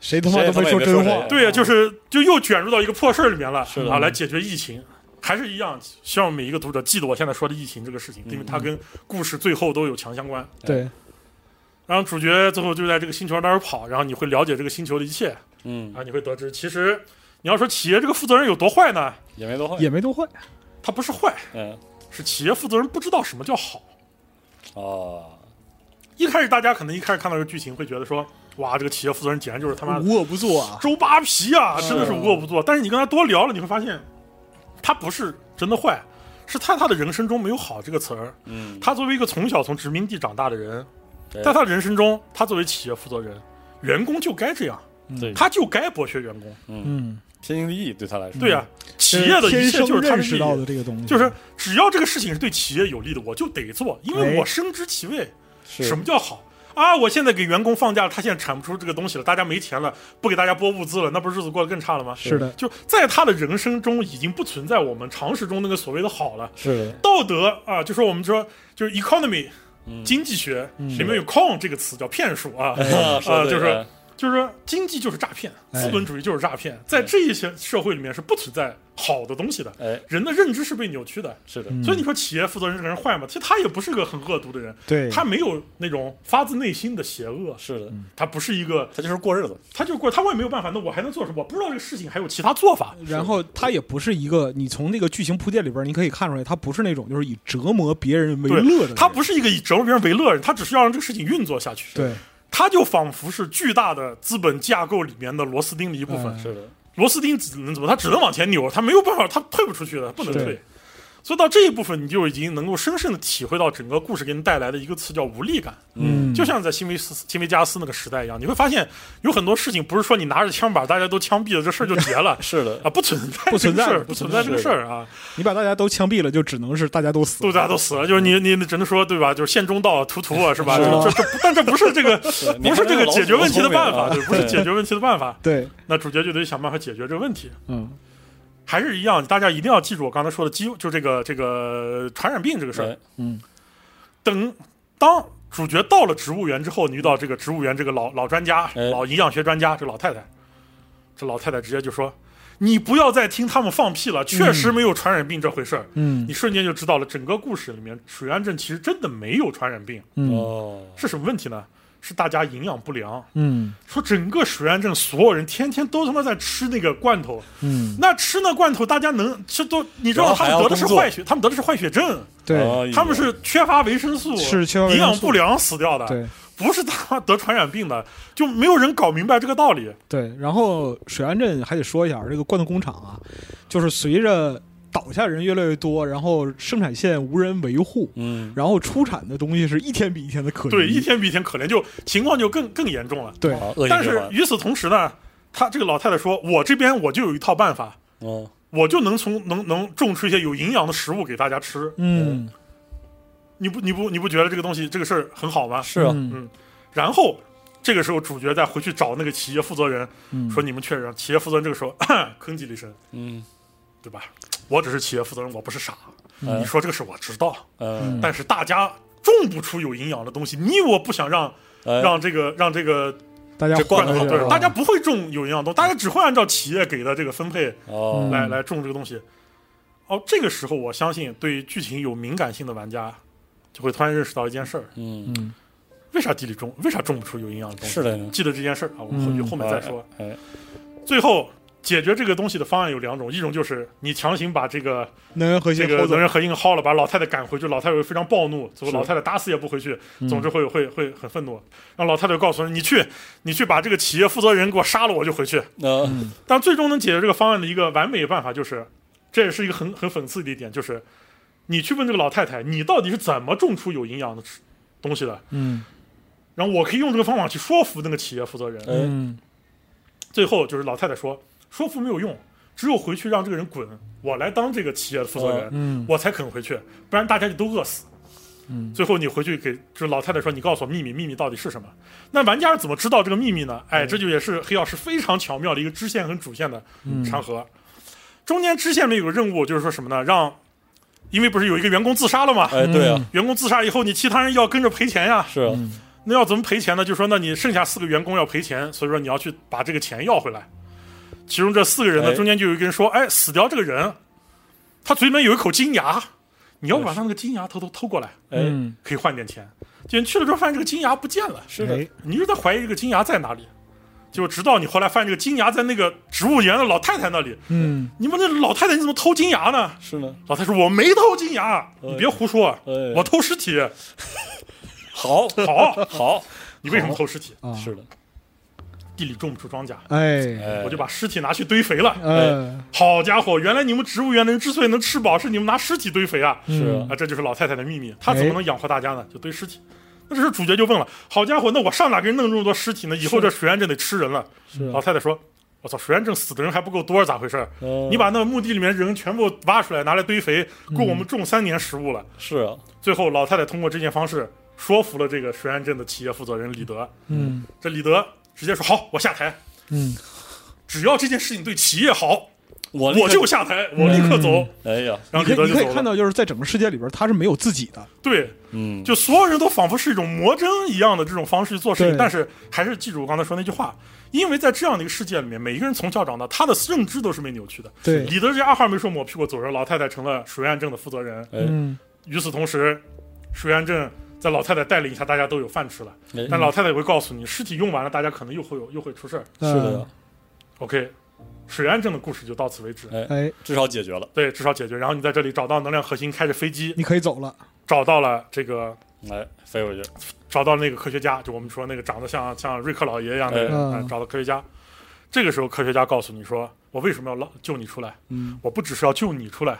S4: 谁他妈都没说真话，
S3: 对呀，就是就又卷入到一个破事儿里面了
S1: 是的嗯
S3: 啊，来解决疫情。还是一样，希望每一个读者记得我现在说的疫情这个事情，因
S1: 嗯
S3: 为它跟故事最后都有强相关。
S2: 对，
S3: 然后主角最后就在这个星球那儿跑，然后你会了解这个星球的一切，
S1: 嗯，
S3: 啊，你会得知其实你要说企业这个负责人有多坏呢，
S1: 也没多坏，
S2: 也没多坏。
S3: 他不是坏，
S1: 嗯，
S3: 是企业负责人不知道什么叫好。
S1: 哦，
S3: 一开始大家可能一开始看到这个剧情会觉得说，哇，这个企业负责人简直就是他妈的
S2: 无恶不作啊，
S3: 周扒皮啊，
S1: 是
S3: 真的是无恶不作。但是你跟他多聊了，你会发现，他不是真的坏，是在他的人生中没有“好”这个词儿。
S1: 嗯，
S3: 他作为一个从小从殖民地长大的人，
S1: 对
S3: 在他的人生中，他作为企业负责人，员工就该这样，
S1: 对
S3: 他就该剥削员工。
S2: 嗯，
S1: 天经地义对他来说，
S3: 对呀、啊企业的
S2: 天
S3: 一切
S2: 生
S3: 就是他
S2: 认
S3: 的
S2: 识
S3: 利
S2: 到
S3: 益，
S2: 的这个东西，
S3: 就是只要这个事情是对企业有利的，我就得做，因为
S2: 哎
S3: 我深知其位。
S1: 是
S3: 什么叫好啊？我现在给员工放假了，他现在产不出这个东西了，大家没钱了，不给大家拨物资了，那不是日子过得更差了吗？
S2: 是的，
S3: 就在他的人生中，已经不存在我们常识中那个所谓的好了。
S1: 是的，
S3: 道德啊，就说我们说就是 economy，、
S1: 嗯
S3: 经济学里面有 con 这个词叫骗术啊，
S1: 啊，说
S3: 啊，
S1: 得
S3: 就
S1: 对
S3: 是就是说经济就是诈骗，
S2: 哎
S3: 资本主义就是诈骗，在这一些社会里面是不存在好的东西的。
S1: 哎，
S3: 人的认知是被扭曲的，
S1: 是的，
S2: 嗯
S3: 所以你说企业负责人这个人坏吗？其实他也不是个很恶毒的人，
S2: 对
S3: 他没有那种发自内心的邪恶，
S1: 是的，
S3: 他不是一个，
S1: 他就是过日子，
S3: 他就过，他我也没有办法，那我还能做什么？我不知道这个事情还有其他做法。
S2: 然后他也不是一个，你从那个剧情铺垫里边，你可以看出来，他不是那种就是以折磨别人为
S3: 对
S2: 乐的人，
S3: 他不是一个以折磨别人为乐的人，他只是要让这个事情运作下去。，
S2: 对，
S3: 他就仿佛是巨大的资本架构里面的螺丝钉的一部分
S2: 嗯。
S1: 是的，
S3: 螺丝钉只能怎么？他只能往前扭，他没有办法，他退不出去的，不能
S2: 是
S3: 退。所以到这一部分，你就已经能够深深的体会到整个故事给你带来的一个词叫无力感，
S2: 嗯，
S3: 就像在辛维斯、辛维加斯那个时代一样，你会发现有很多事情不是说你拿着枪把大家都枪毙了，这事儿就结了
S1: 是的，
S3: 啊，不存在
S2: 不存在
S3: 这个事儿，
S2: 不
S3: 不
S2: 存
S3: 存
S2: 在
S3: 在这个
S1: 是
S3: 事儿啊。
S2: 你把大家都枪毙了，就只能是大家都死
S3: 都
S2: 了，
S3: 大家都死了，就是你你你只能说对吧？就是县中道屠屠啊，是吧？
S1: 是
S3: 这这这，但这不是这个
S1: 对你
S3: 不是
S1: 还
S3: 这
S1: 能
S3: 个
S1: 老
S3: 解决问题的办
S1: 老
S3: 法，
S1: 聪
S3: 对，
S1: 明啊
S3: 不是解决问题的办法。
S2: 对，
S3: 那主角就得想办法解决这个问题，
S2: 嗯，
S3: 还是一样，大家一定要记住我刚才说的基，就这个这个传染病这个事儿。
S1: 哎
S3: 等当主角到了植物园之后，你遇到这个植物园这个老老专家、
S1: 哎
S3: 老营养学专家，这老太太，这老太太直接就说：“你不要再听他们放屁了，确
S1: 嗯
S3: 实没有传染病这回事儿。”
S2: 嗯
S3: 你瞬间就知道了，整个故事里面水岸镇其实真的没有传染病，
S2: 嗯
S1: 哦，
S3: 是什么问题呢？是大家营养不良。
S2: 嗯
S3: 说整个水岸镇所有人天天都他妈在吃那个罐头，
S2: 嗯，
S3: 那吃那罐头大家能这都，你知
S1: 然
S3: 道
S1: 后
S3: 他
S1: 还
S3: 们
S1: 要
S3: 得的是
S1: 工作
S3: 坏血，他们得的是坏血症，
S2: 对
S1: 哎呦
S3: 他们是缺乏维生素，
S2: 是缺乏维
S3: 营
S2: 生素
S3: 养不良死掉的，
S2: 对
S3: 不是他妈得传染病的，就没有人搞明白这个道理。
S2: 对，然后水岸镇还得说一下，这个罐头工厂啊，就是随着倒下人越来越多，然后生产线无人维护，
S1: 嗯，
S2: 然后出产的东西是一天比一天的可疑，
S3: 对，一天比一天可怜，就情况就更更严重了。
S2: 对，
S1: 哦好，恶性
S3: 但
S1: 循
S3: 是
S1: 环，
S3: 与此同时呢，他这个老太太说，我这边我就有一套办法，
S1: 嗯，
S3: 我就能从能能种出一些有营养的食物给大家吃。
S2: 嗯，
S3: 你不你不你不觉得这个东西这个事儿很好吗？
S1: 是啊，
S2: 嗯
S3: 然后这个时候主角再回去找那个企业负责人，
S2: 嗯
S3: 说你们确认，企业负责人这个时候 吭叽了一声，
S1: 嗯，
S3: 对吧？我只是企业负责人，我不是傻。
S1: 嗯
S3: 你说这个事儿我知道，
S1: 嗯，
S3: 但是大家种不出有营养的东西，你我不想让
S1: 哎
S3: 让这个让这个
S2: 大家
S1: 这
S2: 换
S1: 罐
S3: 罐
S1: 头
S2: 了
S3: 头
S2: 一下
S3: 对
S2: 啊
S3: 大家不会种有营养的东西，大家只会按照企业给的这个分配
S1: 哦，
S2: 嗯
S3: 来来种这个东西。哦，这个时候我相信对剧情有敏感性的玩家就会突然认识到一件事儿：
S1: 嗯，
S2: 嗯
S3: 为啥地里种，为啥种不出有营养的东西？
S1: 是的呢
S3: 记得这件事儿啊，我们后
S2: 嗯
S3: 后面再说。
S1: 哎，哎，
S3: 最后解决这个东西的方案有两种，一种就是你强行把这个
S2: 能源核
S3: 这
S2: 心
S3: 个
S2: 薅走
S3: 能，人核心薅了，把老太太赶回去，老太太非常暴怒，最后
S1: 是
S3: 老太太打死也不回去，总之会会会很愤怒，让老太太告诉人你去你去把这个企业负责人给我杀了，我就回去。
S1: 那
S3: 但最终能解决这个方案的一个完美办法就是，这也是一个很很讽刺的一点，就是你去问这个老太太，你到底是怎么种出有营养的吃东西的？
S2: 嗯
S3: 然后我可以用这个方法去说服那个企业负责人。
S1: 哎，
S2: 嗯
S3: 最后就是老太太说，说服没有用，只有回去让这个人滚，我来当这个企业的负责人，
S2: 嗯
S3: 我才肯回去，不然大家就都饿死。
S2: 嗯
S3: 最后你回去给就是老太太说，你告诉我秘密，秘密到底是什么？那玩家是怎么知道这个秘密呢？哎，这就也是黑曜石非常巧妙的一个支线和主线的长河。中间支线里有个任务，就是说什么呢？让，因为不是有一个员工自杀了嘛，
S1: 哎，对
S2: 嗯
S1: 啊，
S3: 员工自杀以后，你其他人要跟着赔钱呀。
S1: 是啊，
S3: 那要怎么赔钱呢？就说那你剩下四个员工要赔钱，所以说你要去把这个钱要回来。其中这四个人呢，
S1: 哎
S3: 中间就有一个人说：“哎，死掉这个人，他嘴里面有一口金牙，你要不把他那个金牙偷偷偷过来，
S1: 哎，
S2: 嗯，
S3: 可以换点钱。结果你去了之后发现这个金牙不见了，
S1: 是的，
S2: 哎
S3: 你就在怀疑这个金牙在哪里。结果直到你后来发现这个金牙在那个植物园的老太太那里，
S2: 嗯，
S3: 你们那老太太你怎么偷金牙呢？
S1: 是呢，
S3: 老太太说我没偷金牙，你别胡说，
S1: 哎，
S3: 我偷尸体。
S1: 好，
S3: 好，
S1: 好，
S3: 你为什么偷尸体？
S2: 啊，
S1: 哎是的，
S3: 地里种不出庄稼，
S2: 哎，
S1: 哎，
S3: 我就把尸体拿去堆肥了。
S2: 呃，
S3: 好家伙，原来你们植物园的人之所以能吃饱，是你们拿尸体堆肥啊！
S1: 是
S2: 嗯
S1: 啊
S3: 啊，这就是老太太的秘密，她怎
S1: 哎
S3: 么能养活大家呢？就堆尸体。那这时候主角就问了：“好家伙，那我上哪给人弄这么多尸体呢？以后这水源镇得吃人了。”
S1: 是啊
S3: 老太太说：“我操，水源镇死的人还不够多，咋回事？
S1: 嗯
S3: 你把那墓地里面人全部挖出来，拿来堆肥，够
S1: 嗯
S3: 我们种三年食物了。
S1: 是啊，
S3: 最后，老太太通过这件方式说服了这个水源镇的企业负责人李德。
S2: 嗯
S3: 这李德直接说：“好，我下台，
S2: 嗯，
S3: 只要这件事情对企业好，
S1: 我
S3: 我
S1: 我
S3: 就下台，我立刻走。
S1: 哎呀，
S3: 然
S2: 你
S3: 后李
S2: 可
S3: 德
S2: 以嗯你
S3: 就
S2: 可以
S3: 走
S2: 看
S3: 了。
S2: 到，就是在整个世界里边，他是没有自己的，
S3: 对，
S1: 嗯，
S3: 就所有人都仿佛是一种魔怔一样的这种方式做事情，
S2: 对
S3: 但是还是记住我刚才说那句话，因为在这样的一个世界里面，每一个人从小长大，他的认知都是被扭曲的。
S2: 对
S3: 李德这二话没说抹屁股走人，老太太成了水源镇的负责人。
S1: 哎
S2: 嗯，
S3: 与此同时，水源镇在老太太带领下，大家都有饭吃了。
S1: 哎
S2: 嗯
S3: 但老太太也会告诉你，尸体用完了，大家可能又会有又会出事儿。
S1: 是的，
S3: OK，水源镇的故事就到此为止。
S1: 哎
S2: 呃，哎，
S1: 至少解决了，
S3: 对，至少解决。然后你在这里找到能量核心，开着飞机
S2: 你可以走了，
S3: 找到了这个
S1: 哎，飞回去，
S3: 找到那个科学家，就我们说那个长得像像瑞克老爷一样的人，
S2: 嗯
S3: 哎找到科学家。这个时候，科学家告诉你说：“我为什么要捞救你出来？
S1: 嗯，
S3: 我不只是要救你出来，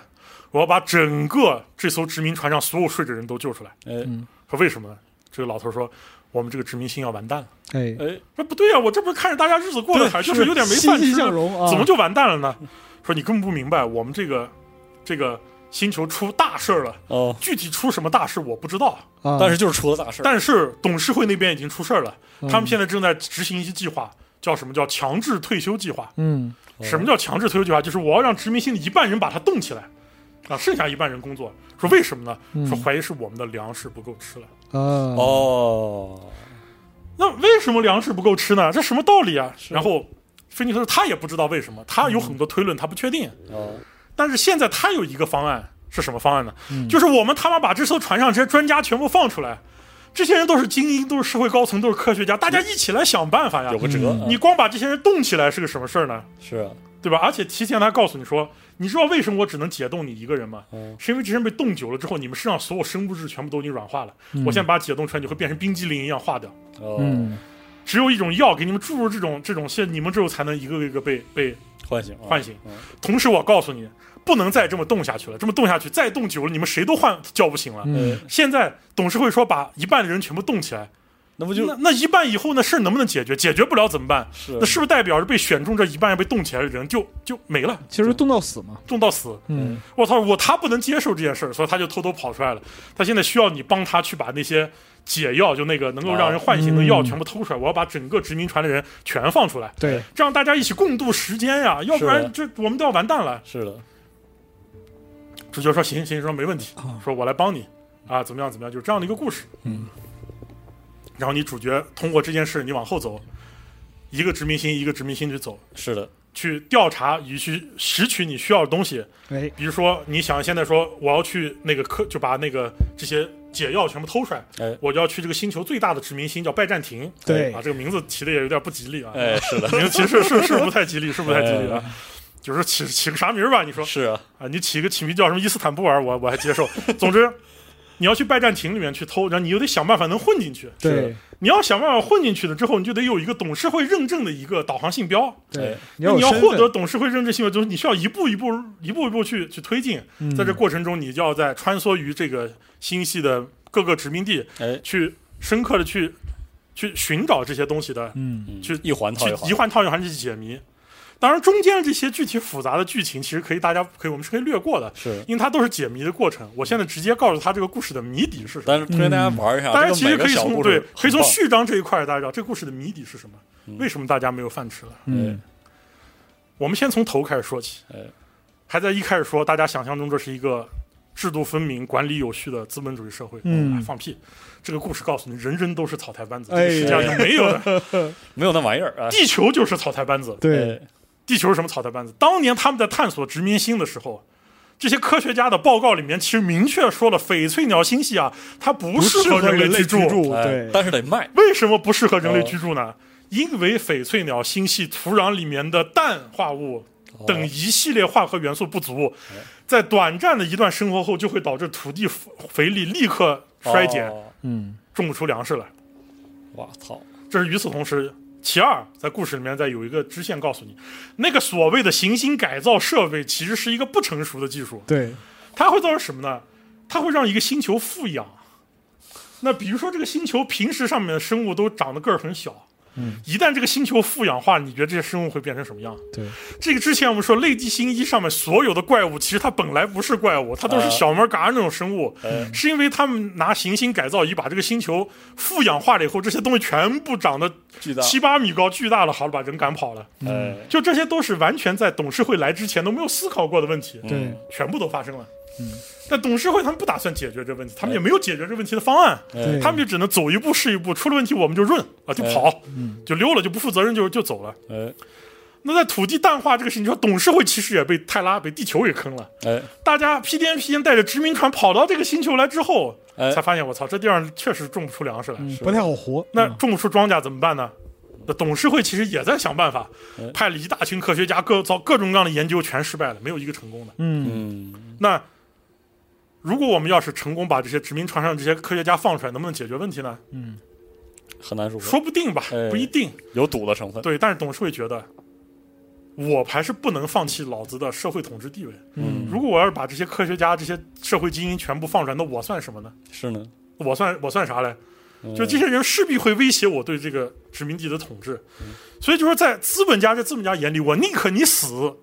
S3: 我要把整个这艘殖民船上所有睡着人都救出来。
S1: 哎
S2: 嗯
S3: 说为什么呢？”这个老头说：“我们这个殖民星要完蛋了。
S2: 哎，
S1: 哎，”
S3: 说：“不对呀、我这不是看着大家日子过得还就是有点没
S2: 欣
S3: 饭
S2: 欣
S3: 吃
S2: 向
S3: 呢，
S2: 荣啊，
S3: 怎么就完蛋了呢？”说：“你根本不明白，我们这个这个星球出大事儿了，
S1: 哦，
S3: 具体出什么大事我不知道。”
S2: 啊？
S1: 但是就是出了大事儿，
S3: 但是董事会那边已经出事儿了，
S2: 嗯
S3: 他们现在正在执行一些计划，叫什么叫强制退休计划？
S2: 嗯
S1: 哦
S3: 什么叫强制退休计划？就是我要让殖民星的一半人把它冻起来，啊，剩下一半人工作。说为什么呢？说怀疑是我们的粮食不够吃了。
S2: 嗯啊，
S1: 哦，
S3: 那为什么粮食不够吃呢？这什么道理啊？然后菲尼克斯他也不知道为什么，他有很多推论，他不确定。
S1: 哦，
S3: 但是现在他有一个方案，是什么方案呢？就是我们他妈把这艘船上这些专家全部放出来，这些人都是精英，都是社会高层，都是科学家，大家一起来想办法呀
S1: 有。个辙，
S2: 嗯
S1: 啊
S3: 你光把这些人冻起来是个什么事儿呢？
S1: 是啊，
S3: 对吧？而且提前他告诉你说，你知道为什么我只能解冻你一个人吗？
S1: 嗯
S3: 是因为这些人被冻久了之后，你们身上所有生物质全部都已经软化了。
S1: 嗯
S3: 我现在把它解冻出来，你会变成冰激凌一样化掉。
S1: 哦，
S2: 嗯
S3: 只有一种药给你们注入这种这种，现你们只有才能一个一个被被
S1: 唤醒，啊
S3: 唤醒
S1: 嗯。
S3: 同时，我告诉你，不能再这么冻下去了，这么冻下去，再冻久了，你们谁都唤叫不醒了。
S2: 嗯
S1: 哎，
S3: 现在董事会说把一半的人全部冻起来，
S1: 那不
S3: 那
S1: 就
S3: 那一半以后呢？事儿能不能解决？解决不了怎么办？
S1: 是
S3: 那是不是代表着被选中这一半被冻起来的人就就没了，
S2: 其实冻到死嘛，
S3: 冻到死？
S2: 嗯
S3: 我操！我他不能接受这件事儿，所以他就偷偷跑出来了。他现在需要你帮他去把那些解药，就那个能够让人唤醒的药
S2: 嗯
S3: 全部偷出来。我要把整个殖民船的人全放出来，
S2: 对，
S3: 这样大家一起共度时间呀，要不
S1: 是
S3: 然这我们都要完蛋了。
S1: 是的，
S3: 主角说行行，说没问题
S2: 啊，
S3: 说我来帮你啊，怎么样怎么样，就是这样的一个故事。
S2: 嗯，
S3: 然后你主角通过这件事，你往后走，一个殖民星一个殖民星去走，
S1: 是的，
S3: 去调查以去拾取你需要的东西。
S2: 哎
S3: 比如说，你想现在说我要去那个科，就把那个这些解药全部偷出来，
S1: 哎
S3: 我就要去这个星球最大的殖民星叫拜占庭。
S2: 对
S3: 啊，，这个名字起的也有点不吉利啊，
S1: 哎，是的，
S3: 名字 其实是是是不太吉利，是不太吉利啊
S1: 哎。
S3: 就是起起个啥名儿吧？你说
S1: 是啊，
S3: 啊，你起个起名叫什么伊斯坦布尔，我我还接受。 总之，你要去拜占庭里面去偷，然后你又得想办法能混进去。
S2: 对
S3: 你要想办法混进去了之后，你就得有一个董事会认证的一个导航信标。
S1: 哎
S2: 对，，你
S3: 那
S2: 要
S3: 你
S2: 有
S3: 要
S2: 身
S3: 获
S2: 份
S3: 得董事会认证信标，就是你需要一步一步、一步一步去去推进。
S2: 嗯
S1: 嗯
S3: 在这过程中，你就要在穿梭于这个星系的各个殖民地，
S1: 哎，
S3: 去深刻的去去寻找这些东西的，
S2: 嗯
S1: 嗯
S3: 去
S1: 一环套
S3: 去
S1: 一
S3: 一
S1: 环，
S3: 环套一环去解谜。当然，中间这些具体复杂的剧情，其实可以大家可以我们是可以略过的，
S1: 是，
S3: 因为它都是解谜的过程。我现在直接告诉他这个故事的谜底是什么。
S1: 但是推荐大家玩一下，
S3: 大
S1: 这个
S3: 家嗯其实
S1: 每个
S3: 可以
S1: 小
S3: 从
S1: 故事
S3: 对，可以
S1: 很棒
S3: 从
S1: 嗯
S3: 序章这一块，大家知道这个故事的谜底是什么？为什么大家没有饭吃了？
S2: 嗯
S3: 我们先从头开始说起。
S1: 哎
S3: 还在一开始说，大家想象中这是一个制度分明、管理有序的资本主义社会。
S2: 嗯
S3: 哎放屁！这个故事告诉你，人人都是草台班子，
S2: 哎
S3: 这个世界上就没有的，
S1: 没有那玩意儿啊，
S3: 地球就是草台班子。
S2: 对
S1: 哎，
S3: 地球是什么草台班子？当年他们在探索殖民星的时候，这些科学家的报告里面其实明确说了，翡翠鸟星系啊，它不适合人
S2: 类
S3: 类居住。哦
S2: 住，
S1: 哎
S2: 对，
S1: 但是得卖，
S3: 为什么不适合人类居住呢？因为翡翠鸟星系土壤里面的氮化物
S1: 哦
S3: 等一系列化合元素不足，在短暂的一段生活后，就会导致土地肥肥力立刻衰减，
S1: 哦
S2: 嗯，
S3: 种不出粮食来。
S1: 我操，
S3: 这是与此同时。其二，在故事里面再有一个支线告诉你，那个所谓的行星改造设备其实是一个不成熟的技术，
S2: 对，
S3: 它会造成什么呢？它会让一个星球富养。那比如说，这个星球平时上面的生物都长得个儿很小，
S2: 嗯，
S3: 一旦这个星球富氧化，你觉得这些生物会变成什么样？
S2: 对，
S3: 这个之前我们说《类地星一》上面所有的怪物，其实它本来不是怪物，它都是
S1: 呃
S3: 小门嘎那种生物，
S1: 呃
S3: 是因为他们拿行星改造仪把这个星球富氧化了以后，这些东西全部长得
S1: 巨大，
S3: 七八米高，巨大了，好了，把人赶跑了。
S1: 哎，
S3: 就这些都是完全在董事会来之前都没有思考过的问题。
S1: 嗯
S2: 对，
S3: 全部都发生了。
S2: 嗯，
S3: 但董事会他们不打算解决这问题，他们
S1: 哎
S3: 也没有解决这问题的方案，
S1: 哎
S2: 对
S3: 他们就只能走一步是一步，出了问题我们就润啊，就跑，
S2: 嗯
S3: 就溜了，就不负责任就就走了。
S1: 哎
S3: 那在土地淡化这个事情，你说董事会其实也被泰拉、被地球给坑了。
S1: 哎
S3: 大家屁颠屁颠带着殖民船跑到这个星球来之后，
S1: 哎
S3: 才发现我操，这地方确实种不出粮食来。
S2: 嗯不太好活。
S3: 那
S2: 嗯
S3: 种不出庄稼怎么办呢？那董事会其实也在想办法
S1: 哎，
S3: 派了一大群科学家各造各种各样的研究，全失败了，没有一个成功的。
S2: 嗯，
S1: 嗯，
S3: 那如果我们要是成功把这些殖民船上这些科学家放出来，能不能解决问题呢？
S2: 嗯
S1: 很难说，
S3: 说不定吧
S1: 哎，
S3: 不一定。
S1: 有赌的成分，
S3: 对，但是董事会觉得，我还是不能放弃老子的社会统治地位。
S1: 嗯，
S3: 如果我要是把这些科学家、这些社会精英全部放出来，那我算什么呢？
S1: 是呢，
S3: 我算我算啥嘞？
S1: 嗯
S3: 就这些人势必会威胁我对这个殖民地的统治，所以就说在资本家在资本家眼里，我宁可你死，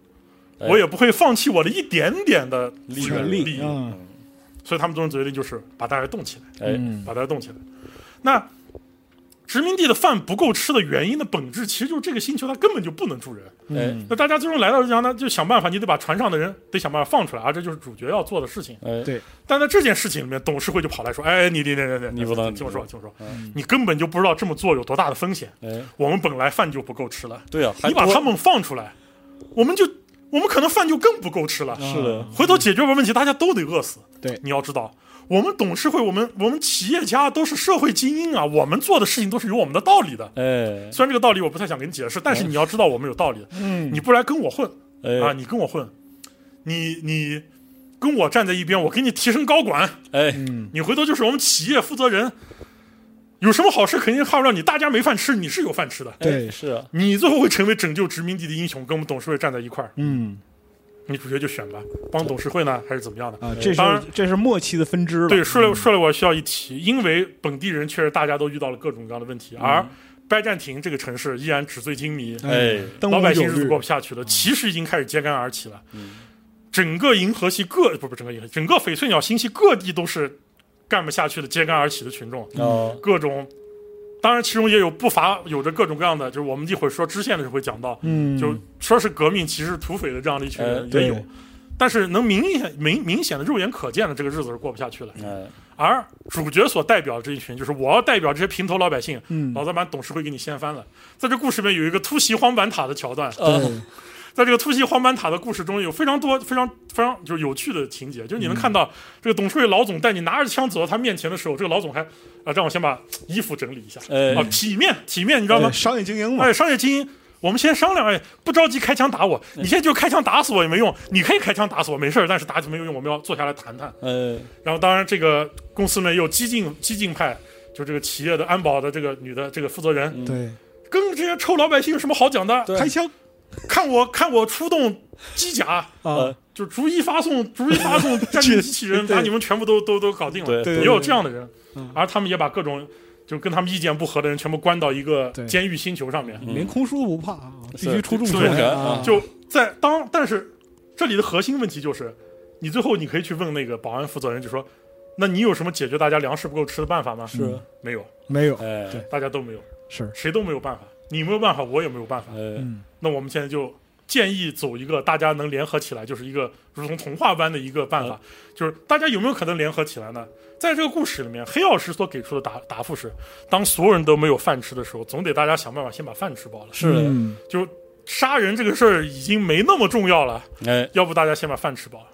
S1: 哎
S3: 我也不会放弃我的一点点的
S1: 利润
S2: 权
S3: 利益
S2: 利。嗯
S3: 所以他们最终决定就是把大家冻起来。
S1: 哎
S2: 嗯
S3: 把它冻起来。那殖民地的饭不够吃的原因的本质，其实就是这个星球它根本就不能住人。
S1: 哎
S3: 那大家最终来到这地方呢，就想办法，你得把船上的人得想办法放出来啊，这就是主角要做的事情。
S1: 哎，
S2: 对
S3: 但在这件事情里面，董事会就跑来说：“哎，你你你你
S1: 你不能
S3: 听我说，听我说
S1: 嗯，
S3: 你根本就不知道这么做有多大的风险。
S1: 哎，
S3: 我们本来饭就不够吃了，
S1: 对呀，啊还
S3: 你把
S1: 多
S3: 他们放出来，我们就我们可能饭就更不够吃了。
S1: 是的，
S3: 回头解决完问题，大家都得饿死。
S2: 对
S3: 你要知道，我们董事会，我们我们企业家都是社会精英啊，我们做的事情都是有我们的道理的。
S1: 哎
S3: 虽然这个道理我不太想给你解释，但是你要知道我们有道理的。
S2: 嗯
S3: 你不来跟我混啊，
S1: 哎
S3: 你跟我混，你你跟我站在一边，我给你提升高管，
S1: 哎，
S2: 嗯
S3: 你回头就是我们企业负责人。有什么好事肯定看不到你，大家没饭吃，你是有饭吃的。
S2: 对
S1: 是啊，
S3: 你最后会成为拯救殖民地的英雄，跟我们董事会站在一块儿。
S2: 嗯
S3: 你主角就选吧，帮董事会呢，还是怎么样的？
S2: 啊，这
S3: 当然
S2: 是这是末期的嗯分支了。
S3: 对，说了说了，我需要一提，因为本地人确实大家都遇到了各种各样的问
S2: 嗯
S3: 题，而拜占庭这个城市依然纸醉金迷，
S1: 哎
S2: 嗯灯
S3: 老
S2: 红
S3: 百
S2: 酒
S3: 姓日子
S2: 绿嗯
S3: 过，不下去了，其实已经开始揭竿而起了。
S1: 嗯
S3: 整个银河系各不不整个银河，整个翡翠鸟星系各地都是干不下去的揭竿而起的群众，
S1: 哦
S3: 各种，当然其中也有不乏有着各种各样的，就是我们一会儿说支线的时候会讲到，
S2: 嗯，呃
S3: 就说是革命，其实是土匪的这样的一群
S1: 哎
S3: 人也
S2: 对
S3: 有，但是能明显明明显的肉眼可见的这个日子是过不下去了。
S1: 哎
S3: 而主角所代表的这一群，就是我要代表这些平头老百姓，
S2: 嗯
S3: 老子把董事会给你掀翻了。在这故事里面有一个突袭荒坂塔的桥段，
S1: 啊
S3: 在这个突袭荒坂塔的故事中有非常多非常非常就是有趣的情节，就是你能看到这个董事会老总带你拿着枪走到他面前的时候，这个老总还啊让我先把衣服整理一下
S1: 哎
S3: 啊，体面体面，你知道吗
S2: 对？商业经营嘛，
S3: 哎，商业精英。我们先商量，哎，不着急开枪打我，你现在就开枪打死我也没用，你可以开枪打死我没事儿，但是打死没有用，我们要坐下来谈谈。
S1: 哎
S3: 然后当然这个公司内又激进激进派，就这个企业的安保的这个女的这个负责人，
S2: 对，
S3: 跟这些臭老百姓有什么好讲的？
S1: 对
S2: 开枪
S3: 看我看我出动机甲，
S2: 啊，
S3: 就逐一发送逐一发 送战地机器人，
S2: 对
S3: 把你们全部都都都搞定
S1: 对
S3: 了。
S2: 对
S3: 也有这样的人
S2: 嗯，
S3: 而他们也把各种。就跟他们意见不合的人全部关到一个
S2: 对
S3: 监狱星球上面，
S1: 嗯
S2: 连空叔都不怕啊，必
S1: 是
S2: 须出重
S3: 出
S1: 重拳
S2: 拳
S1: 啊
S3: 就在当，但是这里的核心问题就是，你最后你可以去问那个保安负责人，就说，那你有什么解决大家粮食不够吃的办法吗？嗯
S2: 是
S3: 没有，
S2: 没有
S1: 哎
S2: 对
S3: 大家都没有，
S2: 是
S3: 谁都没有办法，你没有办法，我也没有办法。
S1: 哎
S2: 嗯
S3: 那我们现在就建议走一个大家能联合起来，就是一个如同童话般的一个办法，就是大家有没有可能联合起来呢？在这个故事里面，黑曜石所给出的答答复是：当所有人都没有饭吃的时候，总得大家想办法先把饭吃饱了。
S1: 是的
S2: 嗯
S3: 就杀人这个事儿已经没那么重要了，
S1: 哎
S3: 要不大家先把饭吃饱了。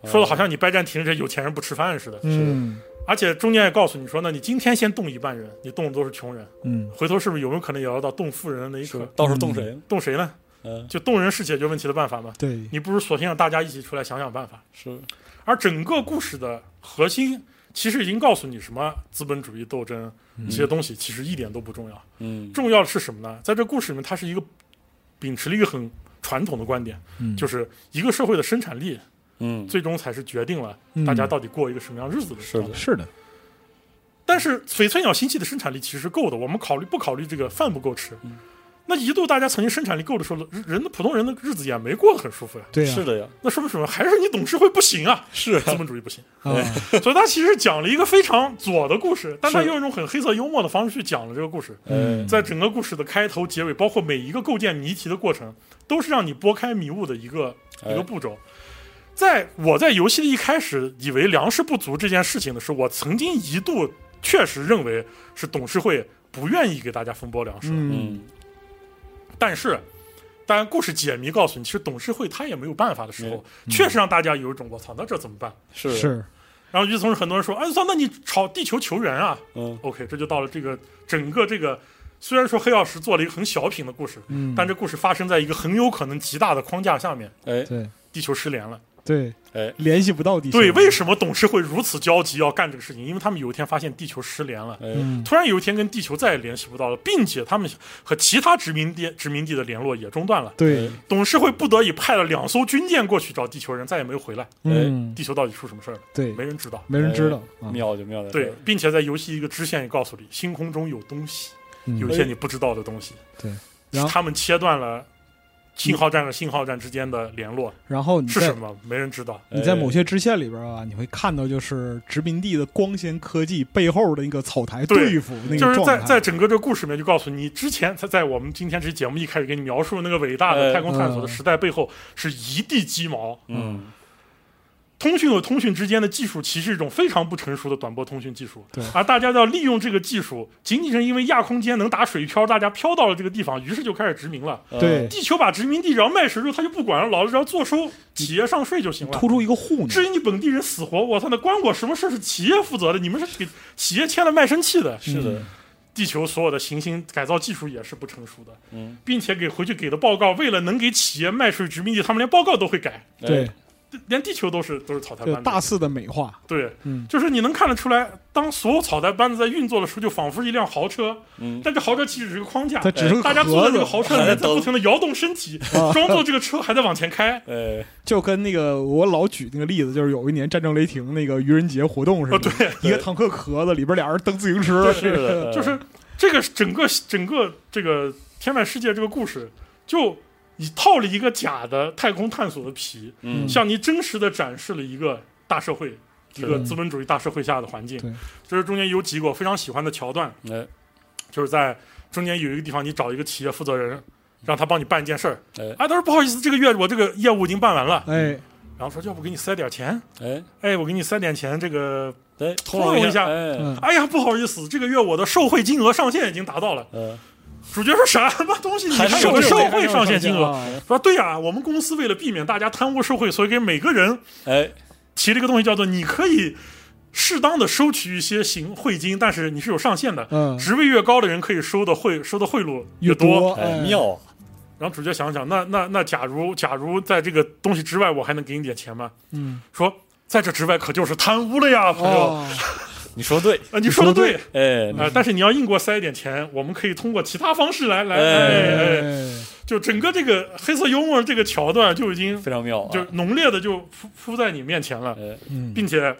S1: 哦
S3: 说的好像你拜占庭这有钱人不吃饭似的。
S2: 嗯
S3: 而且中间也告诉你说呢，你今天先动一半人，你动的都是穷人，
S2: 嗯，
S3: 回头是不是有没有可能也要到动富人的那一刻？
S1: 到时候动谁呢？
S3: 动谁呢？
S1: 嗯，
S3: 就动人是解决问题的办法吗？
S2: 对，
S3: 你不如索性让大家一起出来想想办法。
S1: 是
S3: 而整个故事的核心其实已经告诉你什么资本主义斗争这些东西其实一点都不重要，
S1: 嗯，
S3: 重要的是什么呢？在这故事里面，它是一个秉持了一个很传统的观点，嗯
S2: 嗯
S3: 就是一个社会的生产力
S1: 嗯
S3: 最终才是决定了
S2: 嗯
S3: 大家到底过一个什么样日子的
S1: 是的
S2: 是的，
S3: 但是翡翠鸟星系的生产力其实够的，我们考虑不考虑这个饭不够吃？
S1: 嗯
S3: 那一度大家曾经生产力够的时候，人人的普通人的日子也没过得很舒服呀、
S2: 对呀，啊
S1: 是的呀，
S3: 那说明什么？还是你董事会不行啊，
S1: 是
S3: 资本主义不行。
S2: 啊，
S3: 所以他其实讲了一个非常左的故事，但他
S1: 是
S3: 用一种很黑色幽默的方式去讲了这个故事。
S2: 哎
S1: 嗯
S3: 在整个故事的开头、结尾，包括每一个构建谜题的过程，都是让你拨开迷雾的一个
S1: 哎
S3: 一个步骤。在我在游戏的一开始以为粮食不足这件事情的时候，我曾经一度确实认为是董事会不愿意给大家分拨粮食，
S2: 嗯
S1: 嗯，
S3: 但是。当然，故事解谜告诉你，其实董事会他也没有办法的时候，
S2: 嗯
S3: 确实让大家有一种我操，那这怎么办？
S1: 是的，
S2: 是，
S3: 然后与此同时，很多人说：“哎，操，那你炒地球求人啊
S1: 嗯
S3: ？”OK，这就到了这个整个这个，虽然说黑曜石做了一个很小品的故事，
S2: 嗯，
S3: 但这故事发生在一个很有可能极大的框架下面，
S1: 哎
S2: 对
S3: 地球失联了。
S2: 对
S1: 哎
S2: 联系不到地球，
S3: 对，为什么董事会如此焦急要干这个事情？因为他们有一天发现地球失联了。
S1: 哎
S2: 嗯
S3: 突然有一天跟地球再也联系不到了，并且他们和其他殖民地殖民地的联络也中断了。
S2: 对，
S3: 董事会不得已派了两艘军舰过去找地球人，再也没有回来。
S2: 嗯
S3: 地球到底出什么事儿了？
S2: 对，
S3: 哎没哎人知道。
S2: 没人知道啊，
S1: 妙就妙在这
S3: 对
S1: 儿，
S3: 并且在游戏一个支线也告诉你，星空中有东西，
S2: 嗯
S3: 有一些你不知道的东西。
S2: 对，然
S3: 是
S2: 后
S3: 他们切断了信号站和信号站之间的联络，
S2: 然后你
S3: 是
S2: 在
S3: 什么？没人知道。
S2: 你在
S1: 哎
S2: 某些支线里边啊，你会看到就是殖民地的光纤科技背后的一个草台
S3: 对
S2: 对付那
S3: 就
S2: 个
S3: 是
S2: 状
S3: 在
S2: 态，
S3: 在整个这个故事里面，就告诉你，之前在在我们今天这期节目一开始给你描述那个伟
S2: 嗯
S3: 大的
S1: 哎
S3: 太空探索的时代背后，是一地鸡毛。
S1: 嗯
S3: 通讯和通讯之间的技术，其实是一种非常不成熟的短波通讯技术
S2: 对。
S3: 而大家要利用这个技术，仅仅是因为亚空间能打水漂，大家飘到了这个地方，于是就开始殖民了。
S1: 呃
S2: 对
S3: 地球把殖民地只要卖水之后，他就不管了，老子只要坐收企业上税就行了。
S2: 突出一个糊弄，
S3: 至于你本地人死活，我操，那关我什么事？是企业负责的，你们是给企业签了卖身契的。
S1: 嗯是的，
S3: 地球所有的行星改造技术也是不成熟的，
S1: 嗯
S3: 并且给回去给的报告，为了能给企业卖水殖民地，他们连报告都会改，
S2: 对
S1: 哎，
S3: 连地球都是都是草台
S2: 就
S3: 班子。
S2: 大肆的美化，
S3: 对，
S2: 嗯
S3: 就是你能看得出来，当所有草台班子在运作的时候，就仿佛是一辆豪车，
S1: 嗯
S3: 但这豪车其实只是个框架
S2: 它，只是个
S3: 哎大家坐在这个
S2: 盒
S3: 豪
S2: 子，
S3: 车里
S1: 还在
S3: 面在不
S1: 蹬
S3: 停的摇动 身体，装作这个车还在往前开。
S1: 哎
S2: 就跟那个我老举那个例子，就是有一年战争雷霆那个愚人节活动似的，
S3: 哦对
S2: 一个坦克壳子里边俩人蹬自行车，
S1: 是的，
S3: 就是这个整个整个这个天外世界这个故事，就你套了一个假的太空探索的皮，
S1: 嗯
S3: 向你真实的展示了一个大社会，一
S1: 是
S3: 个
S1: 的
S3: 资本主义大社会下的环境
S2: 对。
S3: 这是中间有几个我非常喜欢的桥段，
S1: 哎
S3: 就是在中间有一个地方，你找一个企业负责人。让他帮你办一件事儿，
S1: 哎
S3: 啊，他说不好意思，这个月我这个业务已经办完了，
S2: 哎，
S3: 然后说要不给你塞点钱，
S1: 哎
S3: 哎，我给你塞点钱，这个，
S1: 哎，
S3: 通
S1: 通
S3: 融一
S1: 融
S3: 下
S1: 哎
S2: 嗯
S3: 哎呀，不好意思，这个月我的受贿金额上限已经达到了，
S1: 嗯
S3: 主角说什么东西？你
S1: 还是
S3: 有
S1: 有
S3: 个
S1: 这
S3: 受
S1: 个
S3: 贿上限金额？
S2: 啊
S3: 说对呀、我们公司为了避免大家贪污受贿，所以给每个人
S1: 哎
S3: 提了一个东西，叫做你可以适当的收取一些行贿金，但是你是有上限的，
S2: 嗯，
S3: 职位越高的人可以收的贿收的贿赂
S2: 越
S3: 多。
S1: 哎
S2: 哎
S1: 妙啊
S3: 然后主角想想，那那那假如假如在这个东西之外，我还能给你点钱吗？
S2: 嗯，
S3: 说在这之外可就是贪污了呀，朋友。
S2: 哦，
S1: 你说对
S3: 啊，你说的对。
S1: 哎
S3: 啊、但是你要硬给我塞一点钱，我们可以通过其他方式来来
S1: 哎
S3: 哎哎，就整个这个黑色幽默这个桥段就已经
S1: 非常妙啊
S3: 就浓烈的就扑扑在你面前了，
S1: 哎
S2: 嗯，
S3: 并且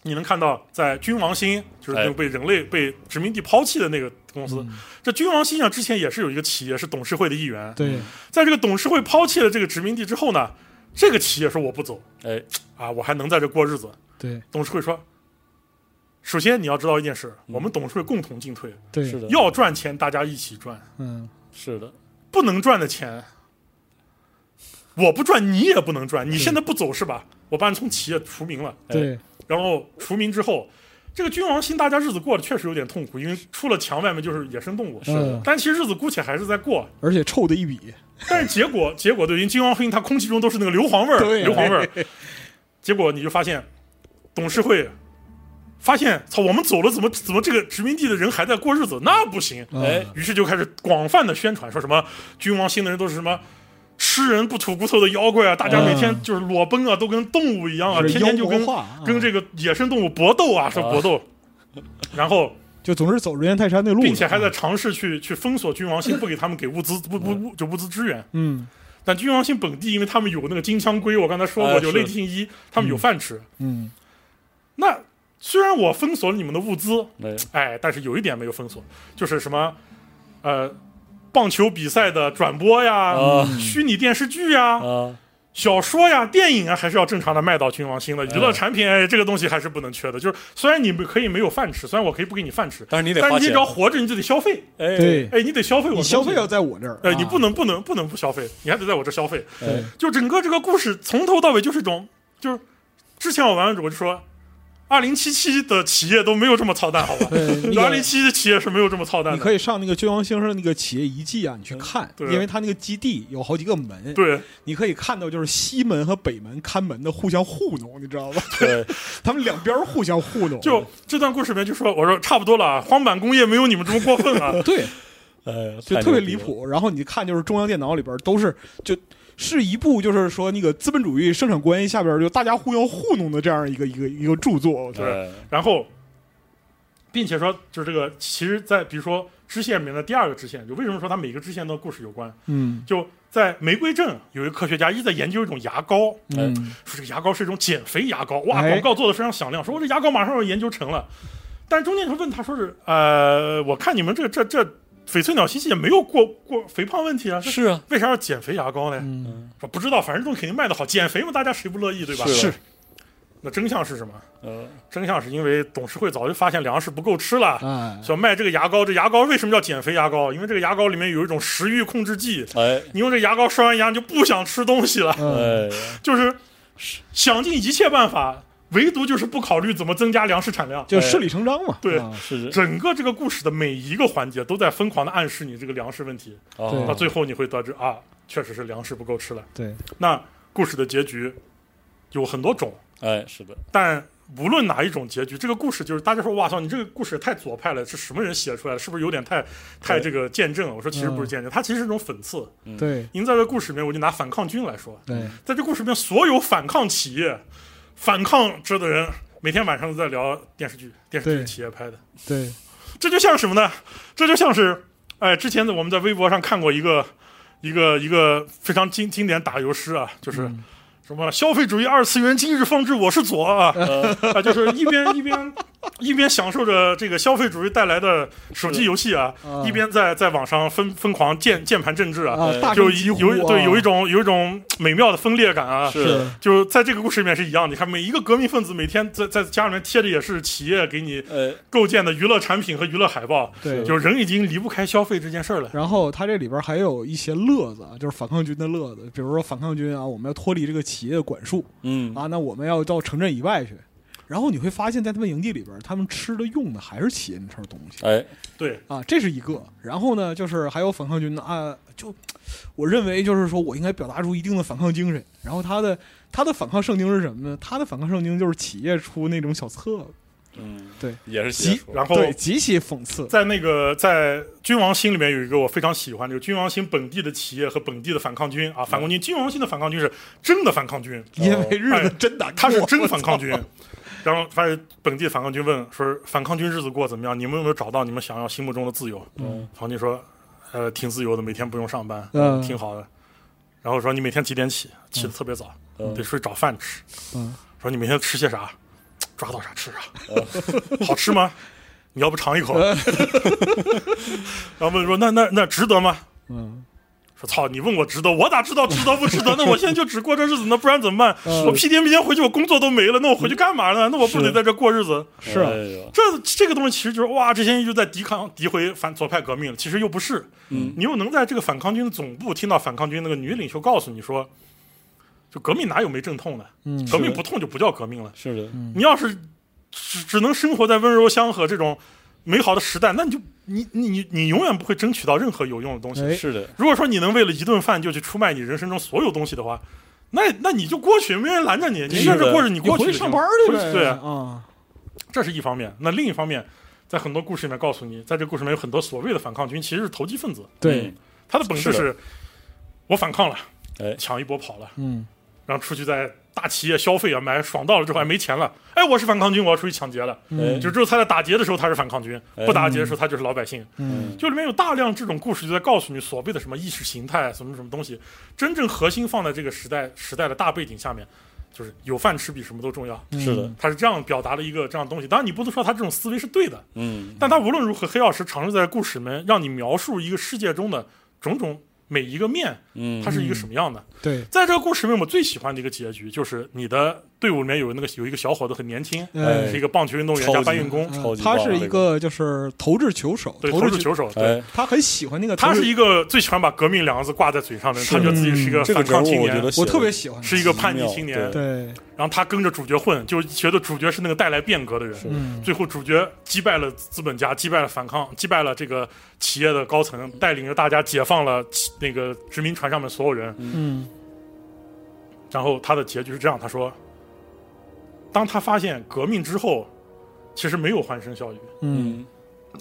S3: 你能看到，在君王星，就是那
S1: 哎嗯
S3: 个被人类被殖民地抛弃的那个公司，
S2: 嗯
S3: 这君王星啊，之前也是有一个企业是董事会的一员，
S2: 对，
S3: 在这个董事会抛弃了这个殖民地之后呢，这个企业说我不走
S1: 哎
S3: 啊，我还能在这过日子。
S2: 对，
S3: 董事会说，首先你要知道一件事，
S1: 嗯
S3: 我们董事会共同进退，
S2: 对，
S1: 是的
S3: 要赚钱大家一起赚，
S2: 嗯，
S1: 是的
S3: 不能赚的钱，我不赚，你也不能赚。你现在不走是吧？我把你从企业除名了，
S2: 对，
S3: 然后除名之后，这个君王星大家日子过得确实有点痛苦，因为出了墙外面就是野生动物，
S2: 嗯
S3: 但其实日子姑且还是在过。
S2: 而且臭的一笔，
S3: 但是结果结果对，因为君王星它空气中都是那个硫磺味儿，
S2: 对
S3: 硫磺味儿。结果你就发现，董事会发现，操，我们走了，怎么怎么这个殖民地的人还在过日子？那不行，
S2: 嗯
S1: 哎，
S3: 于是就开始广泛的宣传，说什么君王星的人都是什么吃人不吐骨头的妖怪啊，大家每天就是裸奔啊，都跟动物一样啊，
S2: 嗯是
S3: 天天就
S2: 妖
S3: 跟
S2: 魔化啊
S3: 跟这个野生动物搏斗啊，说 搏斗，然后
S2: 就总是走人猿泰山那路子，
S3: 并且还在尝试
S2: 嗯
S3: 去去封锁君王星，不给他们给物资不不不就物资支援。
S2: 嗯
S3: 但君王星本地，因为他们有那个金枪龟，我刚才说
S1: 哎
S3: 过有
S1: 是
S3: 类地一，他们有饭吃。
S2: 啊嗯
S3: 那虽然我封锁了你们的物资，
S1: 哎
S3: 哎，但是有一点没有封锁，就是什么，呃，棒球比赛的转播呀，嗯
S1: 啊
S3: 虚拟电视剧呀、
S1: 啊，
S3: 小说呀、电影啊，还是要正常的卖到君王星的娱
S1: 嗯
S3: 乐产品，哎，这个东西还是不能缺的。就是虽然你们可以没有饭吃，虽然我可以不给你饭吃，
S1: 但是你得
S3: 但
S1: 花
S3: 是你
S1: 钱
S3: 只，要活着，你就得消费。
S1: 哎，
S2: 对，
S3: 哎，你得消费
S2: 你
S3: 我的东西，
S2: 消费要在我这儿，
S3: 哎，
S2: 啊
S3: 你不能不能不能不消费，你还得在我这消费。
S1: 哎
S3: 就整个这个故事从头到尾就是一种，就是之前我玩我就说，二零七七的企业都没有这么操蛋，好吧？
S2: 对 那个
S3: 二零七七的企业是没有这么操蛋
S2: 你
S3: 的。
S2: 可以上那个君王星上那个企业遗迹啊，你去看，
S3: 对
S2: 因为它那个基地有好几个门，
S3: 对，
S2: 你可以看到就是西门和北门看门的互相糊弄，你知道吧？
S1: 对，
S2: 他们两边互相糊弄，。
S3: 就这段故事里面就说，我说差不多 了，啊，荒坂工业没有你们这么过分啊
S2: 对，
S1: 哎，
S2: 就
S1: 太
S2: 特
S1: 牛
S2: 别
S1: 逼
S2: 离
S1: 了，
S2: 谱。然后你看，就是中央电脑里边都是就。是一部就是说那个资本主义生产关系下边就大家互相糊弄的这样一个一个一个著作，我觉得
S1: 对，
S3: 然后，并且说，就是这个，其实，在比如说支线里面的第二个支线，就为什么说它每个支线都故事有关？
S2: 嗯
S3: 就在玫瑰镇有一个科学家一直在研究一种牙膏，
S2: 嗯
S3: 说这个牙膏是一种减肥牙膏，哇，
S2: 哎
S3: 广告做的非常响亮，说我这牙膏马上要研究成了。但是中间就问他说是，呃，我看你们这这这翡翠鸟星系也没有过过肥胖问题啊，这
S1: 是啊，
S3: 为啥要减肥牙膏呢？
S2: 嗯，
S3: 说不知道，反正这东西肯定卖得好，减肥嘛，大家谁不乐意对吧？
S1: 是
S2: 是
S3: 那真相是什么？
S1: 呃，
S3: 真相是因为董事会早就发现粮食不够吃了。
S2: 哎，
S3: 想卖这个牙膏，这牙膏为什么叫减肥牙膏？因为这个牙膏里面有一种食欲控制剂，
S1: 哎，
S3: 你用这牙膏刷完牙你就不想吃东西了。
S2: 嗯
S1: 哎，
S3: 就是想尽一切办法，唯独就是不考虑怎么增加粮食产量。
S2: 就顺理成章嘛，
S3: 哎 对
S2: 啊
S1: 是
S3: 整个这个故事的每一个环节都在疯狂的暗示你这个粮食问题，
S1: 啊，
S2: 对
S3: 到最后你会得知啊，确实是粮食不够吃了。
S2: 对，
S3: 那故事的结局有很多种，
S1: 哎，是的，
S3: 但无论哪一种结局，这个故事就是大家说哇操，你这个故事也太左派了，是什么人写出来的？是不是有点太太这个见证了？我说其实不是见证，它其实是一种讽刺。
S2: 对
S3: 您在这个故事里面，我就拿反抗军来说，
S2: 对，
S3: 在这故事里面，所有反抗企业、反抗这的人，每天晚上都在聊电视剧，电视剧
S2: 对
S3: 企业拍的，
S2: 对，
S3: 这就像什么呢？这就像是，哎，之前我们在微博上看过一个一个一个非常经经典打油诗啊，就是。
S2: 嗯
S3: 什么消费主义二次元今日放置我是左啊，
S2: 呃
S3: 啊，就是一边一边一边享受着这个消费主义带来的手机游戏啊，
S2: 嗯
S3: 一边在在网上疯疯狂键键盘政治啊，
S2: 啊，
S1: 哎
S2: 大
S3: 就
S2: 声
S3: 一
S2: 疾呼
S3: 有
S2: 啊
S3: 对有一种有一种美妙的分裂感啊，
S1: 是，
S3: 就在这个故事里面是一样的。你看，每一个革命分子每天在在家里面贴着也是企业给你
S1: 哎，
S3: 构建的娱乐产品和娱乐海报，
S2: 对。
S3: 就人已经离不开消费这件事儿了。
S2: 然后他这里边还有一些乐子，啊，就是反抗军的乐子，比如说反抗军啊，我们要脱离这个企业的管束
S1: 嗯，
S2: 啊，那我们要到城镇以外去。然后你会发现在他们营地里边，他们吃的用的还是企业那套东西
S1: 哎，
S3: 对，
S2: 啊，这是一个。然后呢，就是还有反抗军的啊，就我认为就是说我应该表达出一定的反抗精神。然后他的他的反抗圣经是什么呢？他的反抗圣经就是企业出那种小册子，
S1: 嗯，
S2: 对，
S1: 也是
S2: 急
S1: 写出来
S3: 然后
S2: 对，极其讽刺。
S3: 在那个在君王星里面有一个我非常喜欢，就是君王星本地的企业和本地的反抗军啊，反
S2: 嗯
S3: 抗军。君王星的反抗军是真的反抗军，
S2: 因为日
S3: 哎
S2: 子真难过，
S3: 他是真
S2: 我
S3: 反抗军。然后发现本地反抗军问说：“反抗军日子过得怎么样？你们有没有找到你们想要心目中的自由？”
S1: 嗯
S3: 反抗军说：“呃，挺自由的，每天不用上班，
S2: 嗯
S3: 挺好的。”然后说：“你每天几点起？起的特别早，
S1: 嗯
S3: 得出去找饭吃。
S2: 嗯
S3: 说你每天吃些啥？抓到啥吃啥、
S2: 嗯
S3: 好吃吗？你要不尝一口？ 然后问说：“那那那值得吗？”
S2: 嗯，
S3: 说操，你问我值得，我咋知道值得不值得？那我现在就只过这日子，那不然怎么办？
S2: 嗯
S3: 我屁颠屁颠回去，我工作都没了，那我回去干嘛呢？那我不
S2: 是
S3: 得在这过日子？
S2: 是啊
S1: 哎呦
S3: 这这个东西其实就是哇，这些人就在抵抗、诋毁反左派革命了，其实又不是。
S1: 嗯
S3: 你又能在这个反抗军的总部听到反抗军那个女领袖告诉你说，就革命哪有没阵痛的？
S2: 嗯
S3: 革命不痛就不叫革命了。
S1: 是的，
S3: 你要是只只能生活在温柔乡和这种美好的时代，那你就你你你你永远不会争取到任何有用的东西。
S2: 哎
S1: 是的，
S3: 如果说你能为了一顿饭就去出卖你人生中所有东西的话，那那你就过去，没人拦着你，你
S1: 是
S3: 认着
S1: 的
S3: 过去，你
S2: 你
S3: 过
S2: 回去
S3: 去就
S2: 上
S3: 行
S2: 班去
S3: 回去
S2: 呗。
S3: 对啊，
S2: 啊，
S3: 这是一方面。那另一方面，在很多故事里面告诉你，在这故事里面有很多所谓的反抗军其实是投机分子，
S2: 对，
S1: 嗯
S3: 他的本质
S1: 是
S3: 是，我反抗了，
S1: 哎
S3: 抢一波跑了，
S2: 嗯，
S3: 然后出去在大企业消费啊，买爽到了之后还没钱了，哎，我是反抗军，我要出去抢劫了。
S2: 嗯
S3: 就只有他在打劫的时候他是反抗军，
S1: 哎
S3: 不打劫的时候他就是老百姓。
S2: 嗯，
S3: 就里面有大量这种故事，就在告诉你所谓的什么意识形态，什么什么东西，真正核心放在这个时代时代的大背景下面，就是有饭吃比什么都重要。
S1: 是
S2: 嗯
S1: 的，
S3: 他是这样表达了一个这样的东西。当然，你不能说他这种思维是对的，
S1: 嗯，
S3: 但他无论如何，黑曜石尝试在故事里面让你描述一个世界中的种种每一个面，
S1: 嗯，
S3: 它是一个什么样的。
S2: 对，
S3: 在这个故事里面，我最喜欢的一个结局就是你的队伍里面有那个有一个小伙子很年轻，
S2: 呃
S1: 哎
S3: 是一个棒球运动员加
S1: 超级
S3: 搬运工，
S2: 嗯
S1: 超级棒
S2: 他
S1: 啊
S2: 是一
S1: 这
S2: 个就是投掷球手，
S3: 对，
S2: 掷
S3: 投掷，球手，对。
S1: 哎，
S2: 他很喜欢那个投掷，
S3: 他是一个最喜欢把革命两个字挂在嘴上的人，
S1: 是嗯
S3: 他觉得自己是一个
S1: 这
S3: 反
S1: 个
S3: 抗
S1: 人
S3: 青
S1: 物，我觉
S3: 年
S1: 得，
S2: 我
S1: 写
S2: 特
S1: 得
S2: 别喜欢他，
S3: 是一个叛逆青年
S1: 奇妙对
S2: 对，
S3: 然后他跟着主角混，就觉得主角是那个带来变革的人。
S2: 嗯，
S3: 最后，主角击败了资本家，击败了反抗，击败了这个企业的高层，带领着大家解放了其那个殖民船上面所有人。
S2: 嗯，
S3: 然后他的结局是这样：他说，当他发现革命之后，其实没有欢声笑语，
S1: 嗯，
S2: 嗯，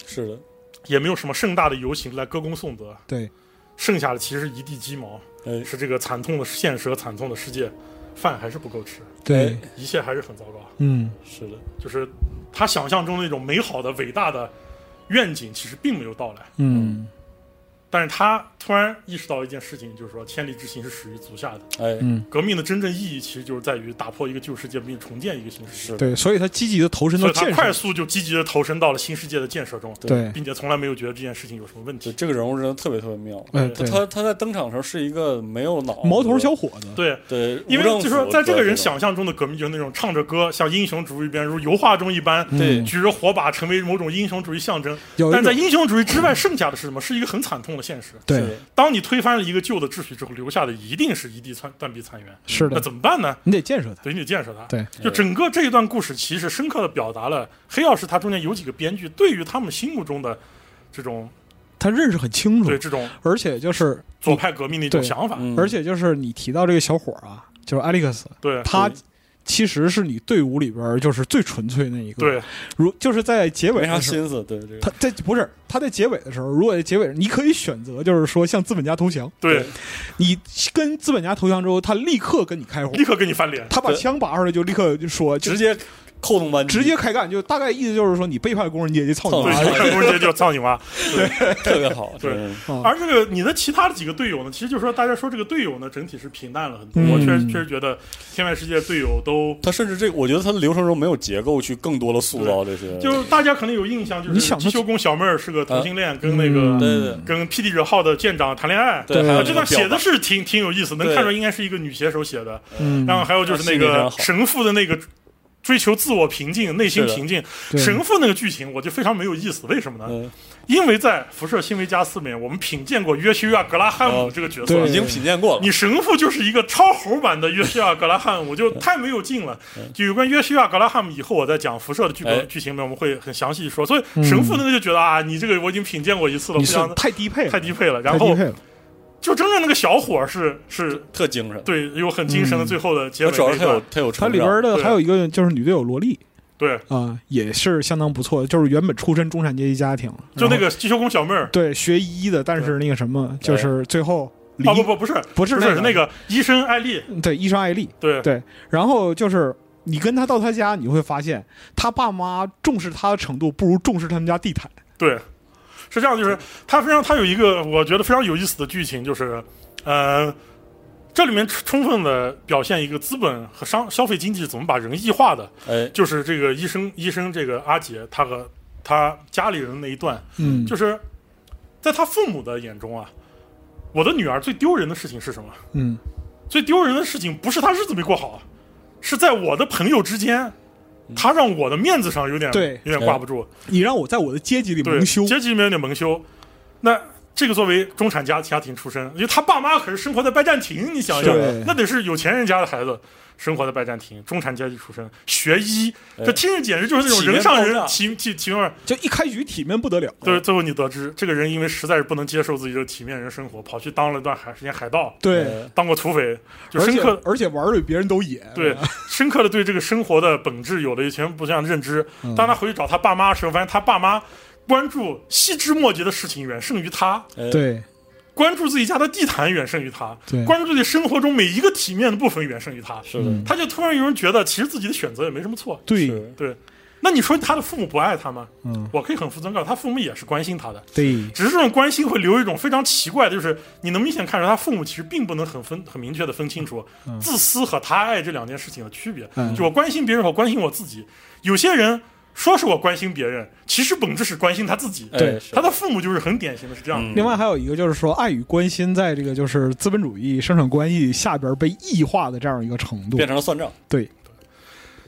S1: 是的，
S3: 也没有什么盛大的游行来歌功颂德，
S2: 对，
S3: 剩下的其实一地鸡毛，
S1: 哎，
S3: 是这个惨痛的现实和惨痛的世界，饭还是不够吃，
S2: 对，
S1: 哎
S3: 一切还是很糟糕。
S2: 嗯，
S1: 是的，
S3: 就是他想象中那种美好的、伟大的愿景，其实并没有到来。
S2: 嗯，
S3: 但是他突然意识到一件事情，就是说千里之行是始于足下的。
S2: 嗯
S1: 哎，
S3: 革命的真正意义，其实就是在于打破一个旧世界，并重建一个新世界。
S1: 是的，
S2: 对，所以他积极的投身
S3: 所
S2: 到
S3: 以他
S2: 建
S3: 快
S2: 设，
S3: 速就积极的投身到了新世界的建设中，
S2: 对，
S3: 并且从来没有觉得这件事情有什么问
S1: 对，
S3: 题。
S1: 这个人物真的特别特别妙。
S2: 哎，
S1: 他
S2: 对，
S1: 他他在登场的时候是一个没有脑子的
S2: 毛头小伙子，
S3: 对，
S1: 对，
S3: 因
S1: 无
S3: 为
S1: 政府
S3: 就是说，在这个人
S1: 对
S3: 想象中的革命，就是那种唱着歌，像英雄主义一般，如油画中一般，
S1: 对
S3: 举着火把，成为某种英雄主义象征。
S2: 有
S3: 但
S2: 一
S3: 在
S2: 种
S3: 英雄主义之外，剩下的是什么？是一个很惨痛的现实。
S1: 这种
S2: 对，
S1: 是的
S3: 当你推翻了一个旧的秩序之后，留下的一定是一地残断壁残垣。
S2: 是
S3: 那
S2: 的，
S3: 怎么办呢？
S2: 你得建设他，
S3: 得你得建设它。
S2: 对，
S3: 就整个这一段故事，其实深刻的表达了黑曜石它中间有几个编剧对于他们心目中的这种
S2: 他认识很清楚
S3: 对，这种
S2: 而且就是
S3: 左派革命的一种
S2: 嗯对
S3: 想法。
S1: 嗯
S2: 而且就是你提到这个小伙儿啊，就是艾利克斯，
S3: 对，
S2: 他
S1: 对
S2: 其实是你队伍里边儿就是最纯粹那一个。，
S3: 对，
S2: 如就是在结尾
S1: 没啥
S2: 的时候，
S1: 心思，对这个
S2: 他在不是他在结尾的时候，如果在结尾你可以选择，就是说向资本家投降，
S3: 对，
S2: 你跟资本家投降之后，他立刻跟你开火，
S3: 立刻跟你翻脸。
S2: 他把
S1: 对
S2: 枪拔出来就立刻就说，就
S1: 直接扣动
S3: 嗯
S1: 扳机，
S2: 直接开干，就大概意思就是说你背叛工人阶级，操你
S1: 操
S3: 对，
S2: 妈！
S1: 啊
S3: 看工人阶级就操你 妈！
S1: 特别 好，
S3: 对
S1: 真是，
S3: 而这个你的其他的几个队友呢，其实就是说，大家说这个队友呢，整体是平淡了很多。
S2: 嗯
S3: 我确实确实觉得天外世界队友都，
S1: 他甚至这，我觉得他的流程中没有结构去更多的塑造这些，
S3: 就是大家可能有印象，就
S2: 你
S3: 是
S2: 想
S3: 机修工小妹儿是个同性恋，跟那
S2: 嗯
S3: 个
S1: 对对
S3: 跟 P D 者号的舰长谈恋爱。
S1: 对，
S2: 对
S1: 还有
S3: 啊，
S1: 那
S3: 这
S1: 个
S3: 段写
S1: 表达
S3: 的是挺挺有意思，能
S1: 对
S3: 看出来应该是一个女写手写的。
S2: 嗯，
S3: 然后还有就是那
S1: 心理非
S3: 个
S1: 常好
S3: 神父的那个追求自我平静、内心
S1: 是的
S3: 平静，
S2: 对
S3: 神父那个剧情我就非常没有意思，为什么呢？
S1: 嗯，
S3: 因为在《辐射新维加斯》里面，我们品鉴过约西亚·格拉汉姆
S1: 哦
S3: 这个角色
S2: 对
S1: 已，经品鉴过了，
S3: 你神父就是一个超猴版的约西亚·格拉汉姆，就太没有劲了。就有关约西亚·格拉汉姆，以后我在讲辐射的剧
S1: 哎
S3: 本剧情里面，我们会很详细说。所以神父那个就觉得啊，你这个我已经品鉴过一次了，
S2: 你
S3: 不
S2: 是
S3: 想
S2: 太低配了，
S3: 太低配了。然
S2: 太低
S3: 后
S2: 配了，
S3: 就真正那个小伙儿是是，
S1: 特精神，
S3: 对，有很精神的最后的结
S1: 他
S3: 尾
S1: 主要是
S3: 那
S1: 他有
S3: 段，
S1: 他有
S2: 它
S1: 成
S2: 里
S1: 长
S2: 边儿的
S3: 对
S2: 还有一个就是女队友萝莉
S3: 对，
S2: 啊、也是相当不错的，就是原本出身中产阶级家庭，
S3: 就
S2: 然
S3: 那
S2: 后
S3: 个机修工小妹儿。
S2: 对学医的，但是那个什么，就是最后离、
S3: 啊不不不是
S2: 不是
S3: 不
S2: 那
S3: 是
S2: 个
S3: 那个医生艾丽，
S2: 对医生艾丽，
S3: 对
S2: 对然后就是你跟他到他家，你会发现他爸妈重视他的程度不如重视他们家地毯，
S3: 对，是这样，就是他非常他有一个我觉得非常有意思的剧情，就是呃，这里面充分的表现一个资本和商消费经济怎么把人异化的，
S1: 哎，
S3: 就是这个医生医生这个阿杰他和他家里人那一段，
S2: 嗯
S3: 就是在他父母的眼中啊，我的女儿最丢人的事情是什么？
S2: 嗯
S3: 最丢人的事情不是他日子没过好，啊是在我的朋友之间，他让我的面子上有点
S2: 对
S3: 有点挂不住，
S2: 你让我在我的阶级里
S3: 对
S2: 蒙羞，
S3: 阶级里面有点蒙羞。那这个作为中产家家庭出身，因为他爸妈可是生活在拜占庭，你想一想
S2: 是，
S3: 那得是有钱人家的孩子，生活在拜占庭，中产阶级出身，学医，
S1: 哎
S3: 这听着简直就是那种
S1: 体面
S3: 人上
S1: 爆
S3: 人
S1: 炸
S3: 体体体面。
S2: 就一开局体面不得了，
S3: 对，最后你得知这个人因为实在是不能接受自己这个体面人生活，跑去当了段海时间海盗，
S2: 对，
S1: 呃
S3: 当过土匪，就
S2: 而
S3: 深
S2: 且
S3: 刻
S2: 而且玩的比别人都野，
S3: 对，深刻的对这个生活的本质有了一些不一样的认知。
S2: 嗯
S3: 当他回去找他爸妈的时候，发现他爸妈关注细枝末节的事情远胜于他，
S1: 呃
S2: 对
S3: 关注自己家的地毯远胜于他，
S2: 对
S3: 关注自己生活中每一个体面的部分远胜于他。
S1: 是的，
S3: 他就突然有人觉得，其实自己的选择也没什么错。
S2: 嗯对
S1: 是
S3: 对，那你说他的父母不爱他吗？
S2: 嗯，
S3: 我可以很负责任告诉他，他父母也是关心他的，
S2: 对，
S3: 只是这种关心会留一种非常奇怪的，就是你能明显看出他父母其实并不能很分很明确的分清楚自私和他爱这两件事情的区别。
S2: 嗯
S3: 就我关心别人和关心我自己，有些人说是我关心别人，其实本质是关心他自己。
S1: 哎
S2: 对
S1: 是
S3: 他的父母就是很典型的是这样的。
S1: 嗯
S2: 另外还有一个就是说，爱与关心在这个就是资本主义生产关系下边被异化的这样一个程度
S1: 变，成了算账，
S2: 对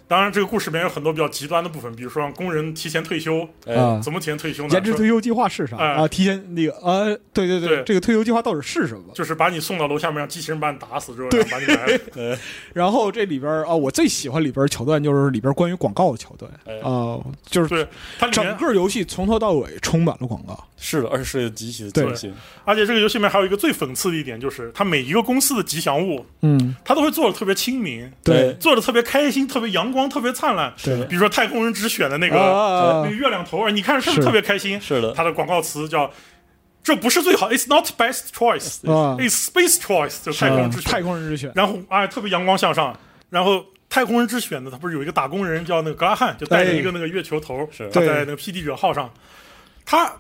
S3: 当然，这个故事里面有很多比较极端的部分，比如说让工人提前退休，
S1: 哎
S2: 啊，
S3: 呃怎么提前退休呢？
S2: 延迟
S3: 说
S2: 退休计划是啥
S3: 哎
S2: 啊？提前那个啊，对对
S3: 对
S2: 这个退休计划到底是什么？
S3: 就是把你送到楼下面，让机器人把你打死之后，然后把你埋 了。
S2: 然后这里边儿啊，我最喜欢里边儿桥段就是里边儿关于广告的桥段
S1: 哎
S2: 啊，就是
S3: 对，它里
S2: 整
S3: 面，
S2: 个游戏从头到尾充满了广告，
S1: 是的，而且是极其的
S2: 对
S1: 艰辛，
S3: 而且这个游戏里面还有一个最讽刺的一点，就是它每一个公司的吉祥物，
S2: 嗯，
S3: 它都会做的特别亲民，
S2: 对
S3: 做的特别开心，特别阳光，特别灿烂。
S2: 对
S3: 比如说太空人只选的那
S2: 那
S3: 个、那
S2: 啊
S3: 个月亮头儿，你看是不是
S2: 是
S3: 特别开心？
S1: 哎是的，
S3: 它的广告词叫“这不是最好，It's not best choice,
S2: 啊嗯
S3: it's space choice”，就是哎太空人只选。
S2: 太空人之选，
S3: 然后哎，特别阳光向上。然后太空人之选呢，他不是有一个打工人叫那个格拉汉，就带着
S2: 哎
S3: 一个那个月球头，
S1: 是
S3: 他
S2: 对
S3: 在那个 PD 者号上，他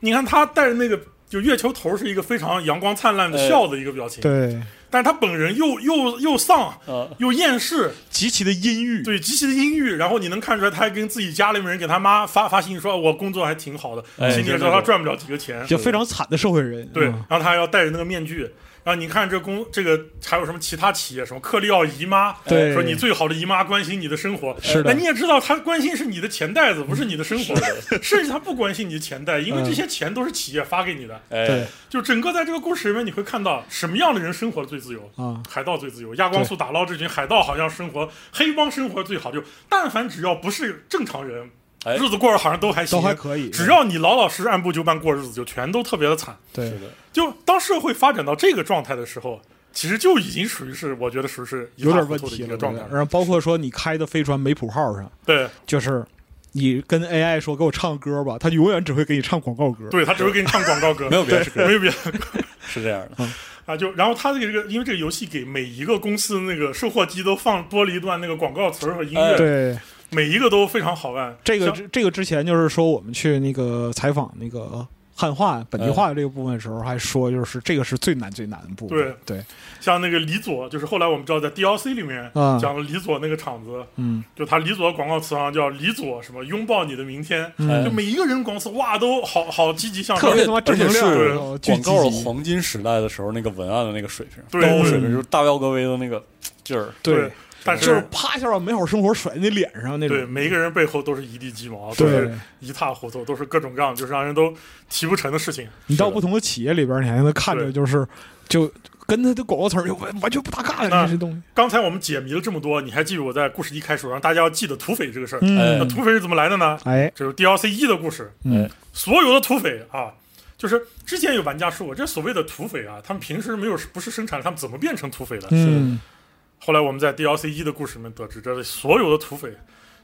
S3: 你看他带着那个。就月球头是一个非常阳光灿烂的
S1: 哎
S3: 笑的一个表情，
S2: 对，
S3: 但是他本人又又又丧
S1: 啊，
S3: 又厌世，
S2: 极其的阴郁，
S3: 对极其的阴郁。然后你能看出来，他还跟自己家里面人给他妈发发信息说，啊我工作还挺好的，
S1: 哎
S3: 心里也知道
S1: 对对
S3: 他
S1: 对
S3: 赚不了几个钱，
S2: 就非常惨的社会人，
S3: 对，
S2: 嗯
S3: 然后他还要戴着那个面具。然后你看这公这个还有什么其他企业，什么克利奥姨妈，
S2: 对
S3: 说你最好的姨妈关心你的生活，哎
S2: 是的
S3: 那你也知道她关心是你的钱袋子，不是你的生活， 甚至她不关心你的钱袋，因为
S2: 嗯
S3: 这些钱都是企业发给你的。
S1: 哎，
S3: 就整个在这个故事里面，你会看到什么样的人生活的最自由
S2: 啊
S3: 海盗最自由，亚光速打捞这群海盗好像生活黑帮生活最好，就但凡只要不是正常人，
S1: 哎
S3: 日子过得好像都还行，
S2: 都还可以，
S3: 只要你老老实实按部就班过日子，就全都特别的惨。
S2: 对
S1: 是的，
S3: 就当社会发展到这个状态的时候，其实就已经属于是，我觉得属于是一
S2: 有
S3: 塌
S2: 点
S3: 糊
S2: 问
S3: 涂的
S2: 题
S3: 一
S2: 了
S3: 个状态。
S2: 然后包括说你开的飞船没谱号上，
S3: 对，
S2: 就是你跟 AI 说给我唱歌吧，它永远只会给你唱广告歌，
S3: 对他只会给你唱广告歌，
S1: 没有别的
S3: 对没有别的
S1: 是这样的，
S3: 啊。就然后他这个这个，因为这个游戏给每一个公司那个售货机都放多了一段那个广告词儿和音乐，
S1: 哎
S2: 对。
S3: 每一个都非常好玩。
S2: 这个
S3: 像
S2: 之这个之前就是说，我们去那个采访那个汉化本地化的这个部分的时候，还说就是这个是最难最难的部分。对
S3: 像那个李佐，就是后来我们知道在 DLC 里面
S2: 啊
S3: 讲了李佐那个厂子，
S2: 嗯，
S3: 就他李佐的广告词好像叫李佐什么拥抱你的明天，
S1: 哎
S3: 就每一个人广告词哇都好好积极向
S2: 嗯
S3: 上，
S2: 特别他妈
S1: 而
S2: 正
S1: 且
S2: 能量，
S1: 是
S2: 然后巨
S1: 广告的
S2: 积极
S1: 黄金时代的时候，那个文案的那个水平，
S3: 对
S1: 高
S3: 对
S1: 水平，就是大彪哥威的那个劲儿，
S3: 对
S2: 对，，
S3: 但
S2: 就是啪一下把美好生活甩在你脸上那种。
S3: 对，每一个人背后都是一地鸡毛，都
S2: 对
S3: 是一塌糊涂，都是各种各样，就是让人都提不成的事情。
S2: 你到
S1: 是的
S2: 不同的企业里边，你还能看着
S3: 对
S2: 就是就跟他的广告词儿就完完全不搭嘎的
S3: 那
S2: 这些东西。
S3: 刚才我们解谜了这么多，你还记住我在故事一开始让大家要记得土匪这个事儿？那
S1: 嗯
S2: 嗯，
S3: 土匪是怎么来的呢？
S2: 哎，
S3: 这是 DLC 一的故事，
S2: 嗯
S1: 哎，
S3: 所有的土匪啊，就是之前有玩家说我这所谓的土匪啊，他们平时没有不是生产，他们怎么变成土匪的？
S2: 嗯，
S3: 后来我们在 DLC 一的故事里面得知，这所有的土匪，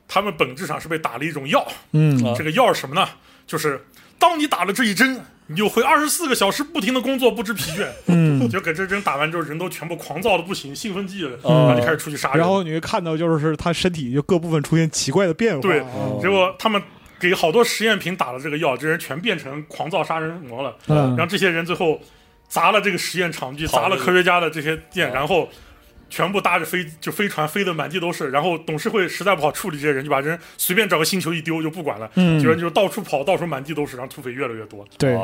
S3: 他们本质上是被打了一种药，
S2: 嗯，
S1: 啊
S3: 这个药是什么呢？就是当你打了这一针，你就会二十四个小时不停的工作，不知疲倦。
S2: 嗯，啊
S3: 就给这针打完之后，人都全部狂躁的不行，兴奋剂了，
S1: 嗯
S3: 然后就开始出去杀人。
S2: 然后你会看到就是他身体就各部分出现奇怪的变化。
S3: 对
S2: 啊
S1: 哦
S3: 结果他们给好多实验品打了这个药，这人全变成狂躁杀人魔了。
S2: 嗯
S3: 然后这些人最后砸了这个实验场地，
S1: 跑
S3: 砸
S1: 了
S3: 了科学家的这些店，
S1: 嗯
S3: 然后。全部搭着飞就飞船飞得满地都是，然后董事会实在不好处理这些人，就把人随便找个星球一丢就不管了，
S2: 嗯
S3: 就人就到处跑，到处满地都是，然后土匪越来越多。
S2: 对，
S1: 啊，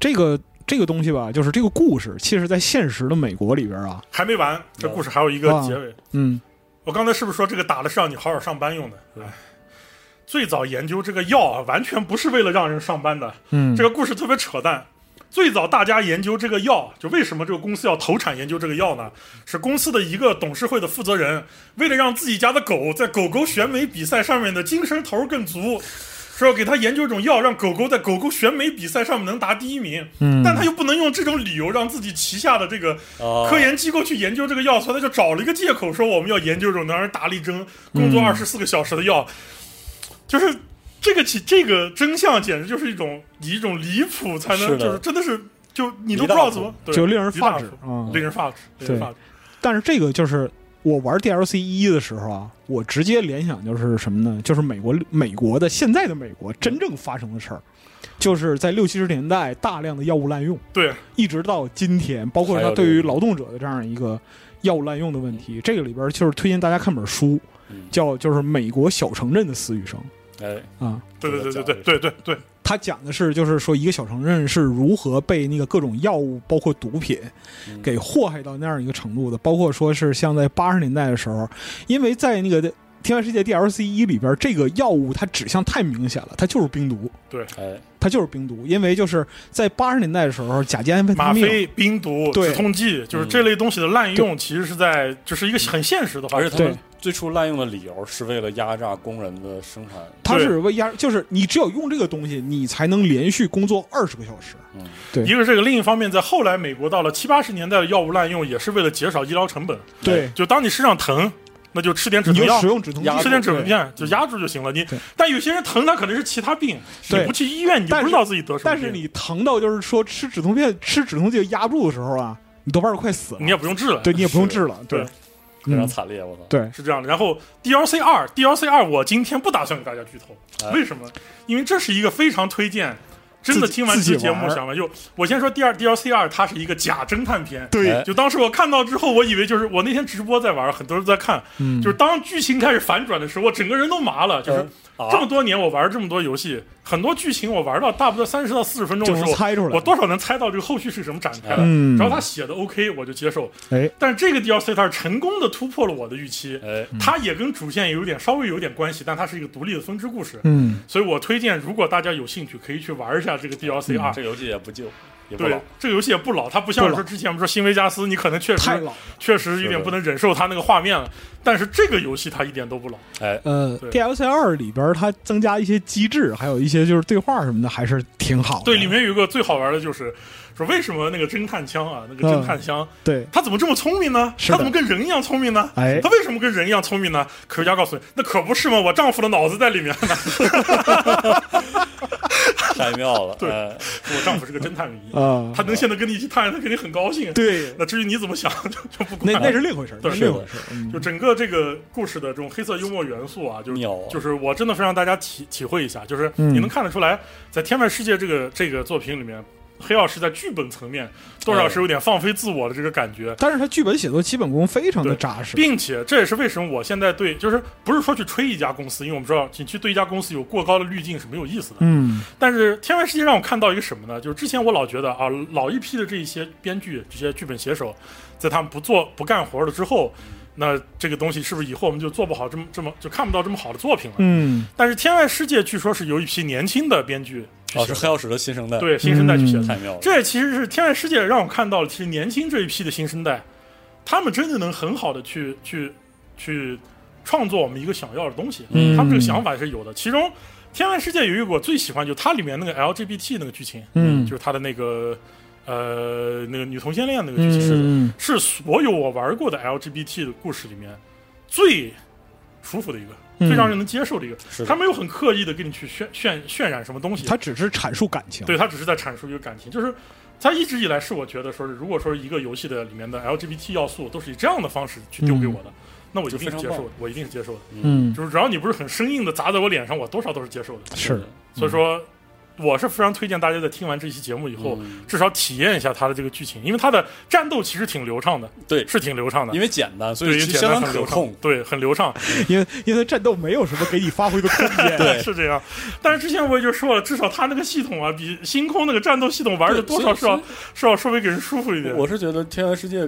S2: 这个这个东西吧，就是这个故事，其实在现实的美国里边啊，
S3: 还没完，这故事还有一个结尾。
S2: 嗯
S3: 我刚才是不是说这个打的是让你好好上班用的？哎，最早研究这个药啊，完全不是为了让人上班的。
S2: 嗯
S3: 这个故事特别扯淡。最早大家研究这个药，就为什么这个公司要投产研究这个药呢？是公司的一个董事会的负责人，为了让自己家的狗在狗狗选美比赛上面的精神头儿更足，说要给他研究一种药，让狗狗在狗狗选美比赛上面能拿第一名。
S2: 嗯
S3: 但他又不能用这种理由让自己旗下的这个
S1: 啊
S3: 科研机构去研究这个药，所以他就找了一个借口说我们要研究这种能让人打力争、工
S1: 嗯
S3: 作二十四个小时的药，就是这个其这个真相简直就是一种以一种离谱才
S1: 是
S3: 能
S1: 的
S3: 就是真的是就你都不知道怎么对
S2: 就令人
S3: 离大
S2: 发指
S3: 谱
S2: 啊！
S3: 令人发指，令人发指。
S2: 但是这个就是我玩 DLC 一的时候啊，我直接联想就是什么呢？就是美国美国的现在的美国真正发生的事儿，就是在六七十年代大量的药物滥用，
S3: 对，
S2: 一直到今天，包括
S1: 还
S2: 它
S1: 有
S2: 对
S1: 这
S2: 于
S1: 个
S2: 劳动者的这样一个药物滥用的问题。这个里边就是推荐大家看本书
S1: 嗯，
S2: 叫就是《美国小城镇的死与生
S1: 哎，》啊。
S3: 对对对
S1: 这
S3: 对
S1: 个
S3: 对对对对，
S2: 它讲的是，就是说一个小城镇是如何被那个各种药物，包括毒品，
S1: 嗯
S2: 给祸害到那样一个程度的。包括说是像在八十年代的时候，因为在那个《天外世界》DLC 一里边，这个药物它指向太明显了，它就是冰毒，
S1: 哎，
S2: 它就是冰毒。因为就是在八十年代的时候，甲基安非他
S3: 吗
S2: 命，
S3: 啡、冰毒、
S2: 对
S3: 止痛剂，就是
S1: 啊嗯
S3: 这类东西的滥用，其实是在就是一个很现实的话
S1: 而且
S3: 题。
S1: 他们最初滥用的理由是为了压榨工人的生产，
S2: 它是为压，就是你只有用这个东西，你才能连续工作二十个小时。
S1: 嗯，
S2: 对
S3: 一个是这个，另一方面，在后来美国到了七八十年代的药物滥用，也是为了减少医疗成本。
S2: 对，
S3: 就当你身上疼，那就吃点止
S2: 你
S3: 疼
S2: 就
S3: 药
S2: 使，用止痛剂
S1: 压，
S3: 吃
S1: 住
S3: 点止疼
S2: 对
S3: 片就压住就行了。你
S2: 对
S3: 但有些人疼，他可能是其他病，你
S2: 对
S3: 不去医院，你就
S2: 但
S3: 不
S2: 是
S3: 知道自己得什么
S2: 但
S3: 病。
S2: 是你疼到就是说吃止痛片、吃止痛剂压不住的时候啊，你多半是快死了，
S3: 你也不用治了，
S2: 对你也不用
S1: 是
S2: 治了，对
S3: 对，
S1: 非常
S2: 嗯，
S1: 惨烈，我操，
S2: 对，
S3: 是这样的。然后 DLC 二，DLC 二，我今天不打算给大家剧透，
S1: 哎
S3: 为什么？因为这是一个非常推荐。真的
S2: 自己
S3: 听完
S2: 自己
S3: 这节目
S2: 玩儿
S3: 想完就，我先说第二 DLC 二，它是一个假侦探片。
S1: 哎
S3: 就当时我看到之后，我以为就是我那天直播在玩儿，很多人在看，
S2: 嗯
S3: 就是当剧情开始反转的时候，我整个人都麻了。就是
S1: 啊
S3: 这么多年，我玩这么多游戏，很多剧情我玩到大不多三十到四十分钟
S2: 就
S3: 的时
S2: 能
S3: 候，
S2: 猜出来，
S3: 我多少能猜到这个后续是什么展开的。
S2: 嗯
S3: 只要他写的 OK，我就接受。
S2: 哎，
S3: 但是这个 DLC 它是成功的突破了我的预期，
S1: 哎，
S2: 嗯
S3: 它也跟主线有点稍微有点关系，但它是一个独立的分支故事。
S2: 嗯，
S3: 所以我推荐，如果大家有兴趣，可以去玩一下这个 DLC 二
S1: 这。个游戏也不旧，也不
S3: 啊对
S1: 老，，
S3: 这个游戏也不老，它不
S2: 嗯
S3: 像
S2: 不
S3: 说
S2: 老
S3: 之前我们说新维加斯，你可能确实
S2: 太老了。
S3: 确实有
S1: 是
S3: 点
S1: 的
S3: 不能忍受它那个画面了。但是这个游戏它一点都不老，
S1: 哎，
S2: 呃
S3: 对
S2: ，DLC 二里边它增加一些机制，还有一些就是对话什么的，还是挺好的。
S3: 对，里面有一个最好玩的就是，说为什么那个侦探枪啊，那个侦探枪，
S2: 对，
S3: 他怎么这么聪明呢？
S2: 嗯是的
S3: 他怎么跟人一样聪明呢？
S2: 哎
S3: 他为什么跟人一样聪明呢？科学家告诉你，那可不是吗？我丈夫的脑子在里面 呢。
S1: 太妙了，
S3: 对
S1: 哎
S3: 我丈夫是个侦探迷，
S2: 啊，
S3: 他能现在跟你一起探案，他肯定很高兴。
S2: 对，
S3: 那至于你怎么想， 就就不
S2: 那
S3: 管。
S2: 那是另一回事儿，
S3: 对
S2: 那是另一回事儿。
S3: 就
S2: 嗯
S3: 整个这个故事的这种黑色幽默元素啊，就是
S1: 妙啊
S3: 就是我真的非让大家体体会一下，就是
S2: 嗯
S3: 你能看得出来，在《天外世界》这个这个作品里面，黑曜石在剧本层面多少是有点放飞自我的这个感觉。
S2: 但是他剧本写作基本功非常的
S3: 对
S2: 扎实，
S3: 并且这也是为什么我现在对，就是不是说去吹一家公司，因为我们知道你去对一家公司有过高的滤镜是没有意思的。
S2: 嗯
S3: 但是《天外世界》让我看到一个什么呢？就是之前我老觉得啊，老一批的这一些编剧、这些剧本写手，在他们不做不干活了之后，那这个东西是不是以后我们就做不好这么这么就看不到这么好的作品了？
S2: 嗯，
S3: 但是《天外世界》据说是由一批年轻的编剧去
S1: 哦，
S3: 写
S1: 是嗯
S3: 的，
S1: 黑曜石的新生代，，
S3: 对新生代去写的。
S1: 太妙了，
S3: 这其实是《天外世界》让我看到了，其实年轻这一批的新生代，他们真的能很好的去去去创作我们一个想要的东西。
S2: 嗯
S3: 他们这个想法是有的。其中，《天外世界》有一个我最喜欢，就它里面那个 LGBT 那个剧情，
S2: 嗯
S3: 就是它的那个呃那个女同性恋那个剧情，是
S2: 嗯
S3: 是所有我玩过的 LGBT 的故事里面最舒服的一个，
S2: 嗯
S3: 最让人能接受的一个。
S1: 是的
S3: 他没有很刻意的给你去渲渲渲染什么东西，
S2: 他只是阐述感情，
S3: 对他只是在阐述一个感情，就是他一直以来是我觉得说是，如果说一个游戏的里面的 LGBT 要素都是以这样的方式去丢给我的，那我一定是接
S1: 嗯就非常
S3: 受的，我一定是接受的。
S2: 嗯，
S3: 就是只要你不是很生硬的砸在我脸上，我多少都是接受的。
S2: 是
S1: 的
S2: 的，
S3: 所以说，我是非常推荐大家在听完这期节目以后，
S1: 嗯
S3: 至少体验一下它的这个剧情，因为它的战斗其实挺流畅的，
S1: 对
S3: 是挺流畅的
S1: 因。为简单，所
S3: 对，
S1: 以
S3: 也
S1: 是
S3: 简
S1: 相当
S3: 单很
S1: 可
S3: 流畅
S1: 控，，
S3: 对，很流畅，
S2: 因为因为他战斗没有什么给你发挥的空 间，
S1: 对
S3: 是这样。但是之前我也就说了，至少它那个系统啊，比星空那个战斗系统玩的
S1: 对
S3: 多少是
S1: 所以
S3: 要是要稍微给人舒服一点。
S1: 我是觉得《天外世界》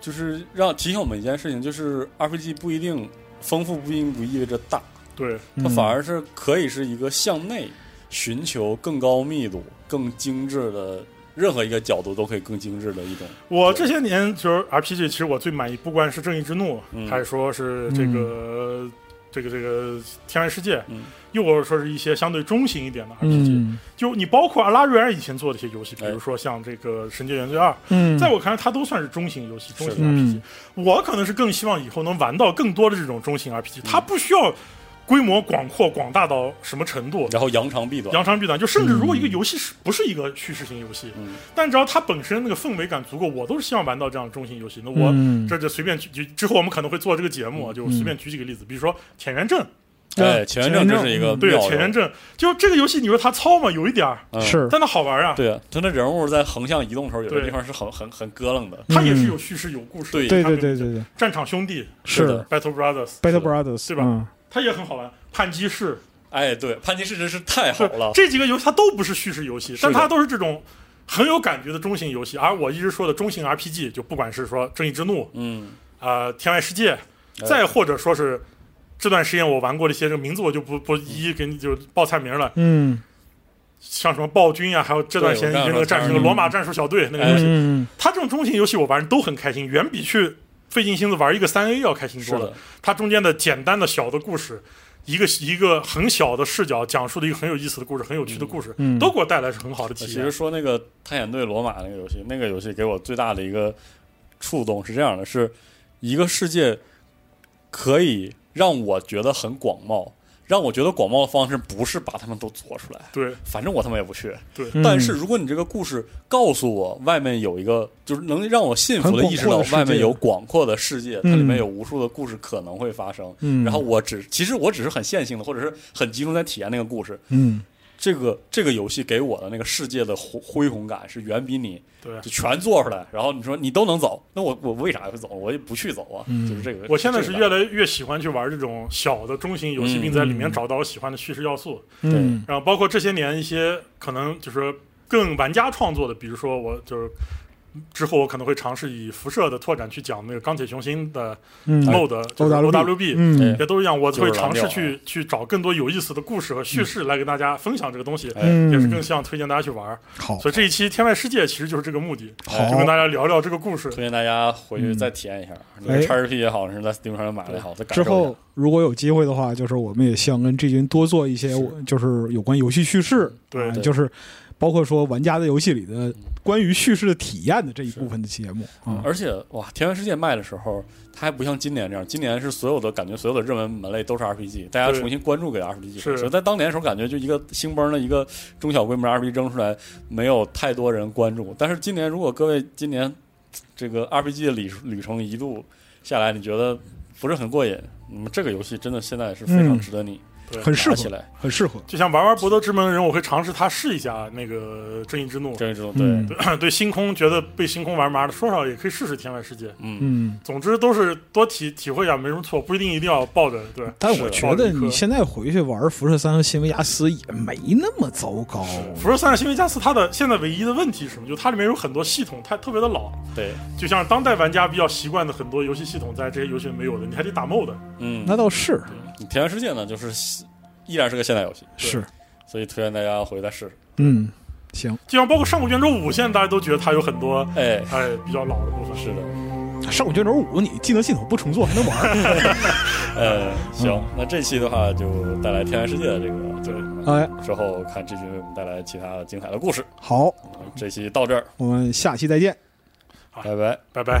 S1: 就是让提醒我们一件事情，就是 RPG 不一定丰富，不一定不意味着大，
S3: 对，
S2: 嗯
S1: 它反而是可以是一个向内寻求更高密度、更精致的任何一个角度都可以更精致的一种。
S3: 我这些年就是 RPG，其实我最满意，不管是《正义之怒》
S1: 嗯
S3: 还是说是这个、这个这个《天外世界》
S1: 嗯
S3: 又或者说是一些相对中型一点的 RPG，、
S4: 嗯
S3: 就你包括阿拉瑞尔以前做的一些游戏，比
S1: 哎
S3: 如说像这个《神界原罪二》，
S4: 嗯，
S3: 在我看来，它都算是中型游戏、中
S1: 是
S2: 嗯
S3: 型 RPG。我可能是更希望以后能玩到更多的这种中型 RPG，、它
S1: 嗯
S3: 不需要规模广阔、广大到什么程度。
S1: 然后扬长避短，
S3: 扬长避短，就甚至如果一个游戏是不是一个叙事型游戏，
S1: 嗯
S3: 但只要它本身那个氛围感足够，我都是希望玩到这样的中型游戏。那我、
S4: 嗯
S3: 这就随便举举，之后我们可能会做这个节目
S1: 嗯
S3: 啊，就随便举几个例子，比如说《田园镇》，
S1: 哎，前元正这是一个嗯
S3: 对，
S1: 妙
S3: 《田
S1: 人
S3: 园镇》就这个游戏，你说它糙吗？有一点儿，
S1: 嗯
S4: 是
S3: 但它好玩啊，
S1: 对啊，他那人物在横向移动的时候，有的
S3: 对
S1: 地方是很很很咯楞的。
S3: 它也是有叙事、有故事。
S1: 对
S4: 对
S3: 它
S4: 对
S3: 是
S4: 对对对，
S3: 战场兄弟
S1: 是
S4: 是
S1: 的
S3: （Battle Brothers），
S4: Battle Brothers
S3: 对吧
S4: 嗯
S3: 它也很好玩，《叛击士》
S1: 哎，对，潘金市真是太好
S3: 对
S1: 了。
S3: 这几个游戏它都不是叙事游戏，
S1: 是的
S3: 但它都是这种很有感觉的中型游戏。而我一直说的中型 RPG，就不管是说《正义之怒》
S1: 嗯，
S3: 啊，《天外世界》，
S1: 哎
S3: 再或者说是这段时间我玩过的一些，这个名字我就不不一一给你就是报菜名了，
S4: 嗯
S3: 像什么暴君啊，还有这段时间
S1: 对我
S3: 那个
S1: 刚
S3: 战
S1: 刚
S3: 士、那个罗马战术小队那个
S1: 哎
S3: 游戏，
S4: 嗯
S3: 它这种中型游戏我玩都很开心，远比去费尽心思玩一个三 A 要开心
S1: 是
S3: 多了
S1: 的。，
S3: 它中间的简单的小的故事，一个一个很小的视角讲述了一个很有意思的故事，很有趣的故事，
S4: 嗯
S3: 都给我带来是很好的
S1: 其
S3: 体
S1: 实
S3: 验。
S1: 说那个《探险队罗马》那个游戏，那个游戏给我最大的一个触动是这样的：是一个世界可以让我觉得很广袤，让我觉得广袤的方式不是把他们都做出来，
S3: 对，
S1: 反正我他妈也不去。
S4: 嗯
S1: 但是如果你这个故事告诉我外面有一个，就是能让我信服的意识到
S4: 很广阔的世界
S1: 外面有广阔的世界，它
S4: 嗯
S1: 里面有无数的故事可能会发生。
S4: 嗯
S1: 然后我只其实我只是很线性的，或者是很集中在体验那个故事。
S4: 嗯
S1: 这个这个游戏给我的那个世界的恢恢宏感是远比你
S3: 对
S1: 就全做出来，然后你说你都能走，那我我为啥会走？我也不去走啊，
S4: 嗯
S1: 就是这个。
S3: 我现在是
S1: 这
S3: 越
S1: 个
S3: 来越喜欢去玩这种小的中型游戏，
S1: 嗯
S3: 并在里面找到我喜欢的叙事要素。
S4: 嗯
S3: 然后包括这些年一些可能就是更玩家创作的，比如说我就是。之后我可能会尝试以辐射的拓展去讲那个钢铁雄心的
S4: 嗯
S3: MOD 就是 OWB，
S4: 嗯
S3: 也都一样，我
S1: 就是
S3: 会
S1: 蓝
S3: 尝试
S1: 调啊
S3: 去去找更多有意思的故事和叙
S4: 嗯
S3: 事来给大家分享这个东西，
S1: 哎
S3: 也是更希望推荐大家去玩儿。
S4: 好
S3: 所以这一期《天外世界》其实就是这个目的，
S4: 好
S3: 就跟大家聊聊这个故事。
S1: 推荐大家回去再体验一下，你
S4: 哎
S1: x RP 也好，是在 Steam 上买的也好，再感受
S4: 之
S1: 一下
S4: 后，如果有机会的话，就是我们也希望跟这群多做一些，我就是有关游戏叙事，
S3: 对
S4: 啊
S1: 对
S4: 就是包括说玩家在游戏里的关于叙事的体验的这一部分的节目啊，
S1: 而且哇，《田园世界》卖的时候，它还不像今年这样，今年是所有的感觉，所有的热门门类都是 RPG，大家
S3: 对
S1: 重新关注给 RPG。
S3: 是
S1: 所以在当年的时候，感觉就一个兴邦的一个中小规模 RPG 扔出来，没有太多人关注。但是今年，如果各位今年这个 RPG 的旅旅程一度下来，你觉得不是很过瘾，那么这个游戏真的现在是非常
S4: 嗯
S1: 值得你
S3: 对
S4: 很适
S1: 拿
S4: 合
S1: 起，来。
S4: 很适合，
S3: 就像玩玩《博德之门》的人，我会尝试他试一下那个《正义之怒》
S1: 这一种对，
S4: 嗯
S3: 对星空觉得被星空玩麻了，说少也可以试试《天外世界》。
S1: 嗯，
S4: 嗯。
S3: 总之都是多体体会一下，没什么错，不一定一定要抱着对。
S4: 但
S3: 是
S4: 我觉得
S3: 抱着一颗
S4: 你现在回去玩辐射三和新维亚斯也没那么糟糕，
S3: 辐射三新维加斯，它的现在唯一的问题是什么？就它里面有很多系统，它特别的老，
S1: 对，
S3: 就像当代玩家比较习惯的很多游戏系统，在这些游戏里没有的，你还得打 MOD。
S1: 嗯，
S4: 那倒是
S1: 《田园世界》呢，就是依然是个现代游戏，
S4: 是，
S1: 所以推荐大家回去再试试。
S4: 嗯，行，
S3: 就像包括《上古卷轴五》，现在大家都觉得它有很多
S1: 哎，
S3: 哎比较老的部分。
S1: 是的。
S4: 上古卷轴五你技能系统不重做还能玩儿，
S1: 呃，行，那这期的话就带来《天然世界》的这个，对，
S4: 哎，
S1: 之后看这期为我们带来其他的精彩的故事。啊
S4: 好，
S1: 这期到这儿，
S4: 我们下期再见。
S1: 拜拜。
S3: 拜拜。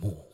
S5: 幕。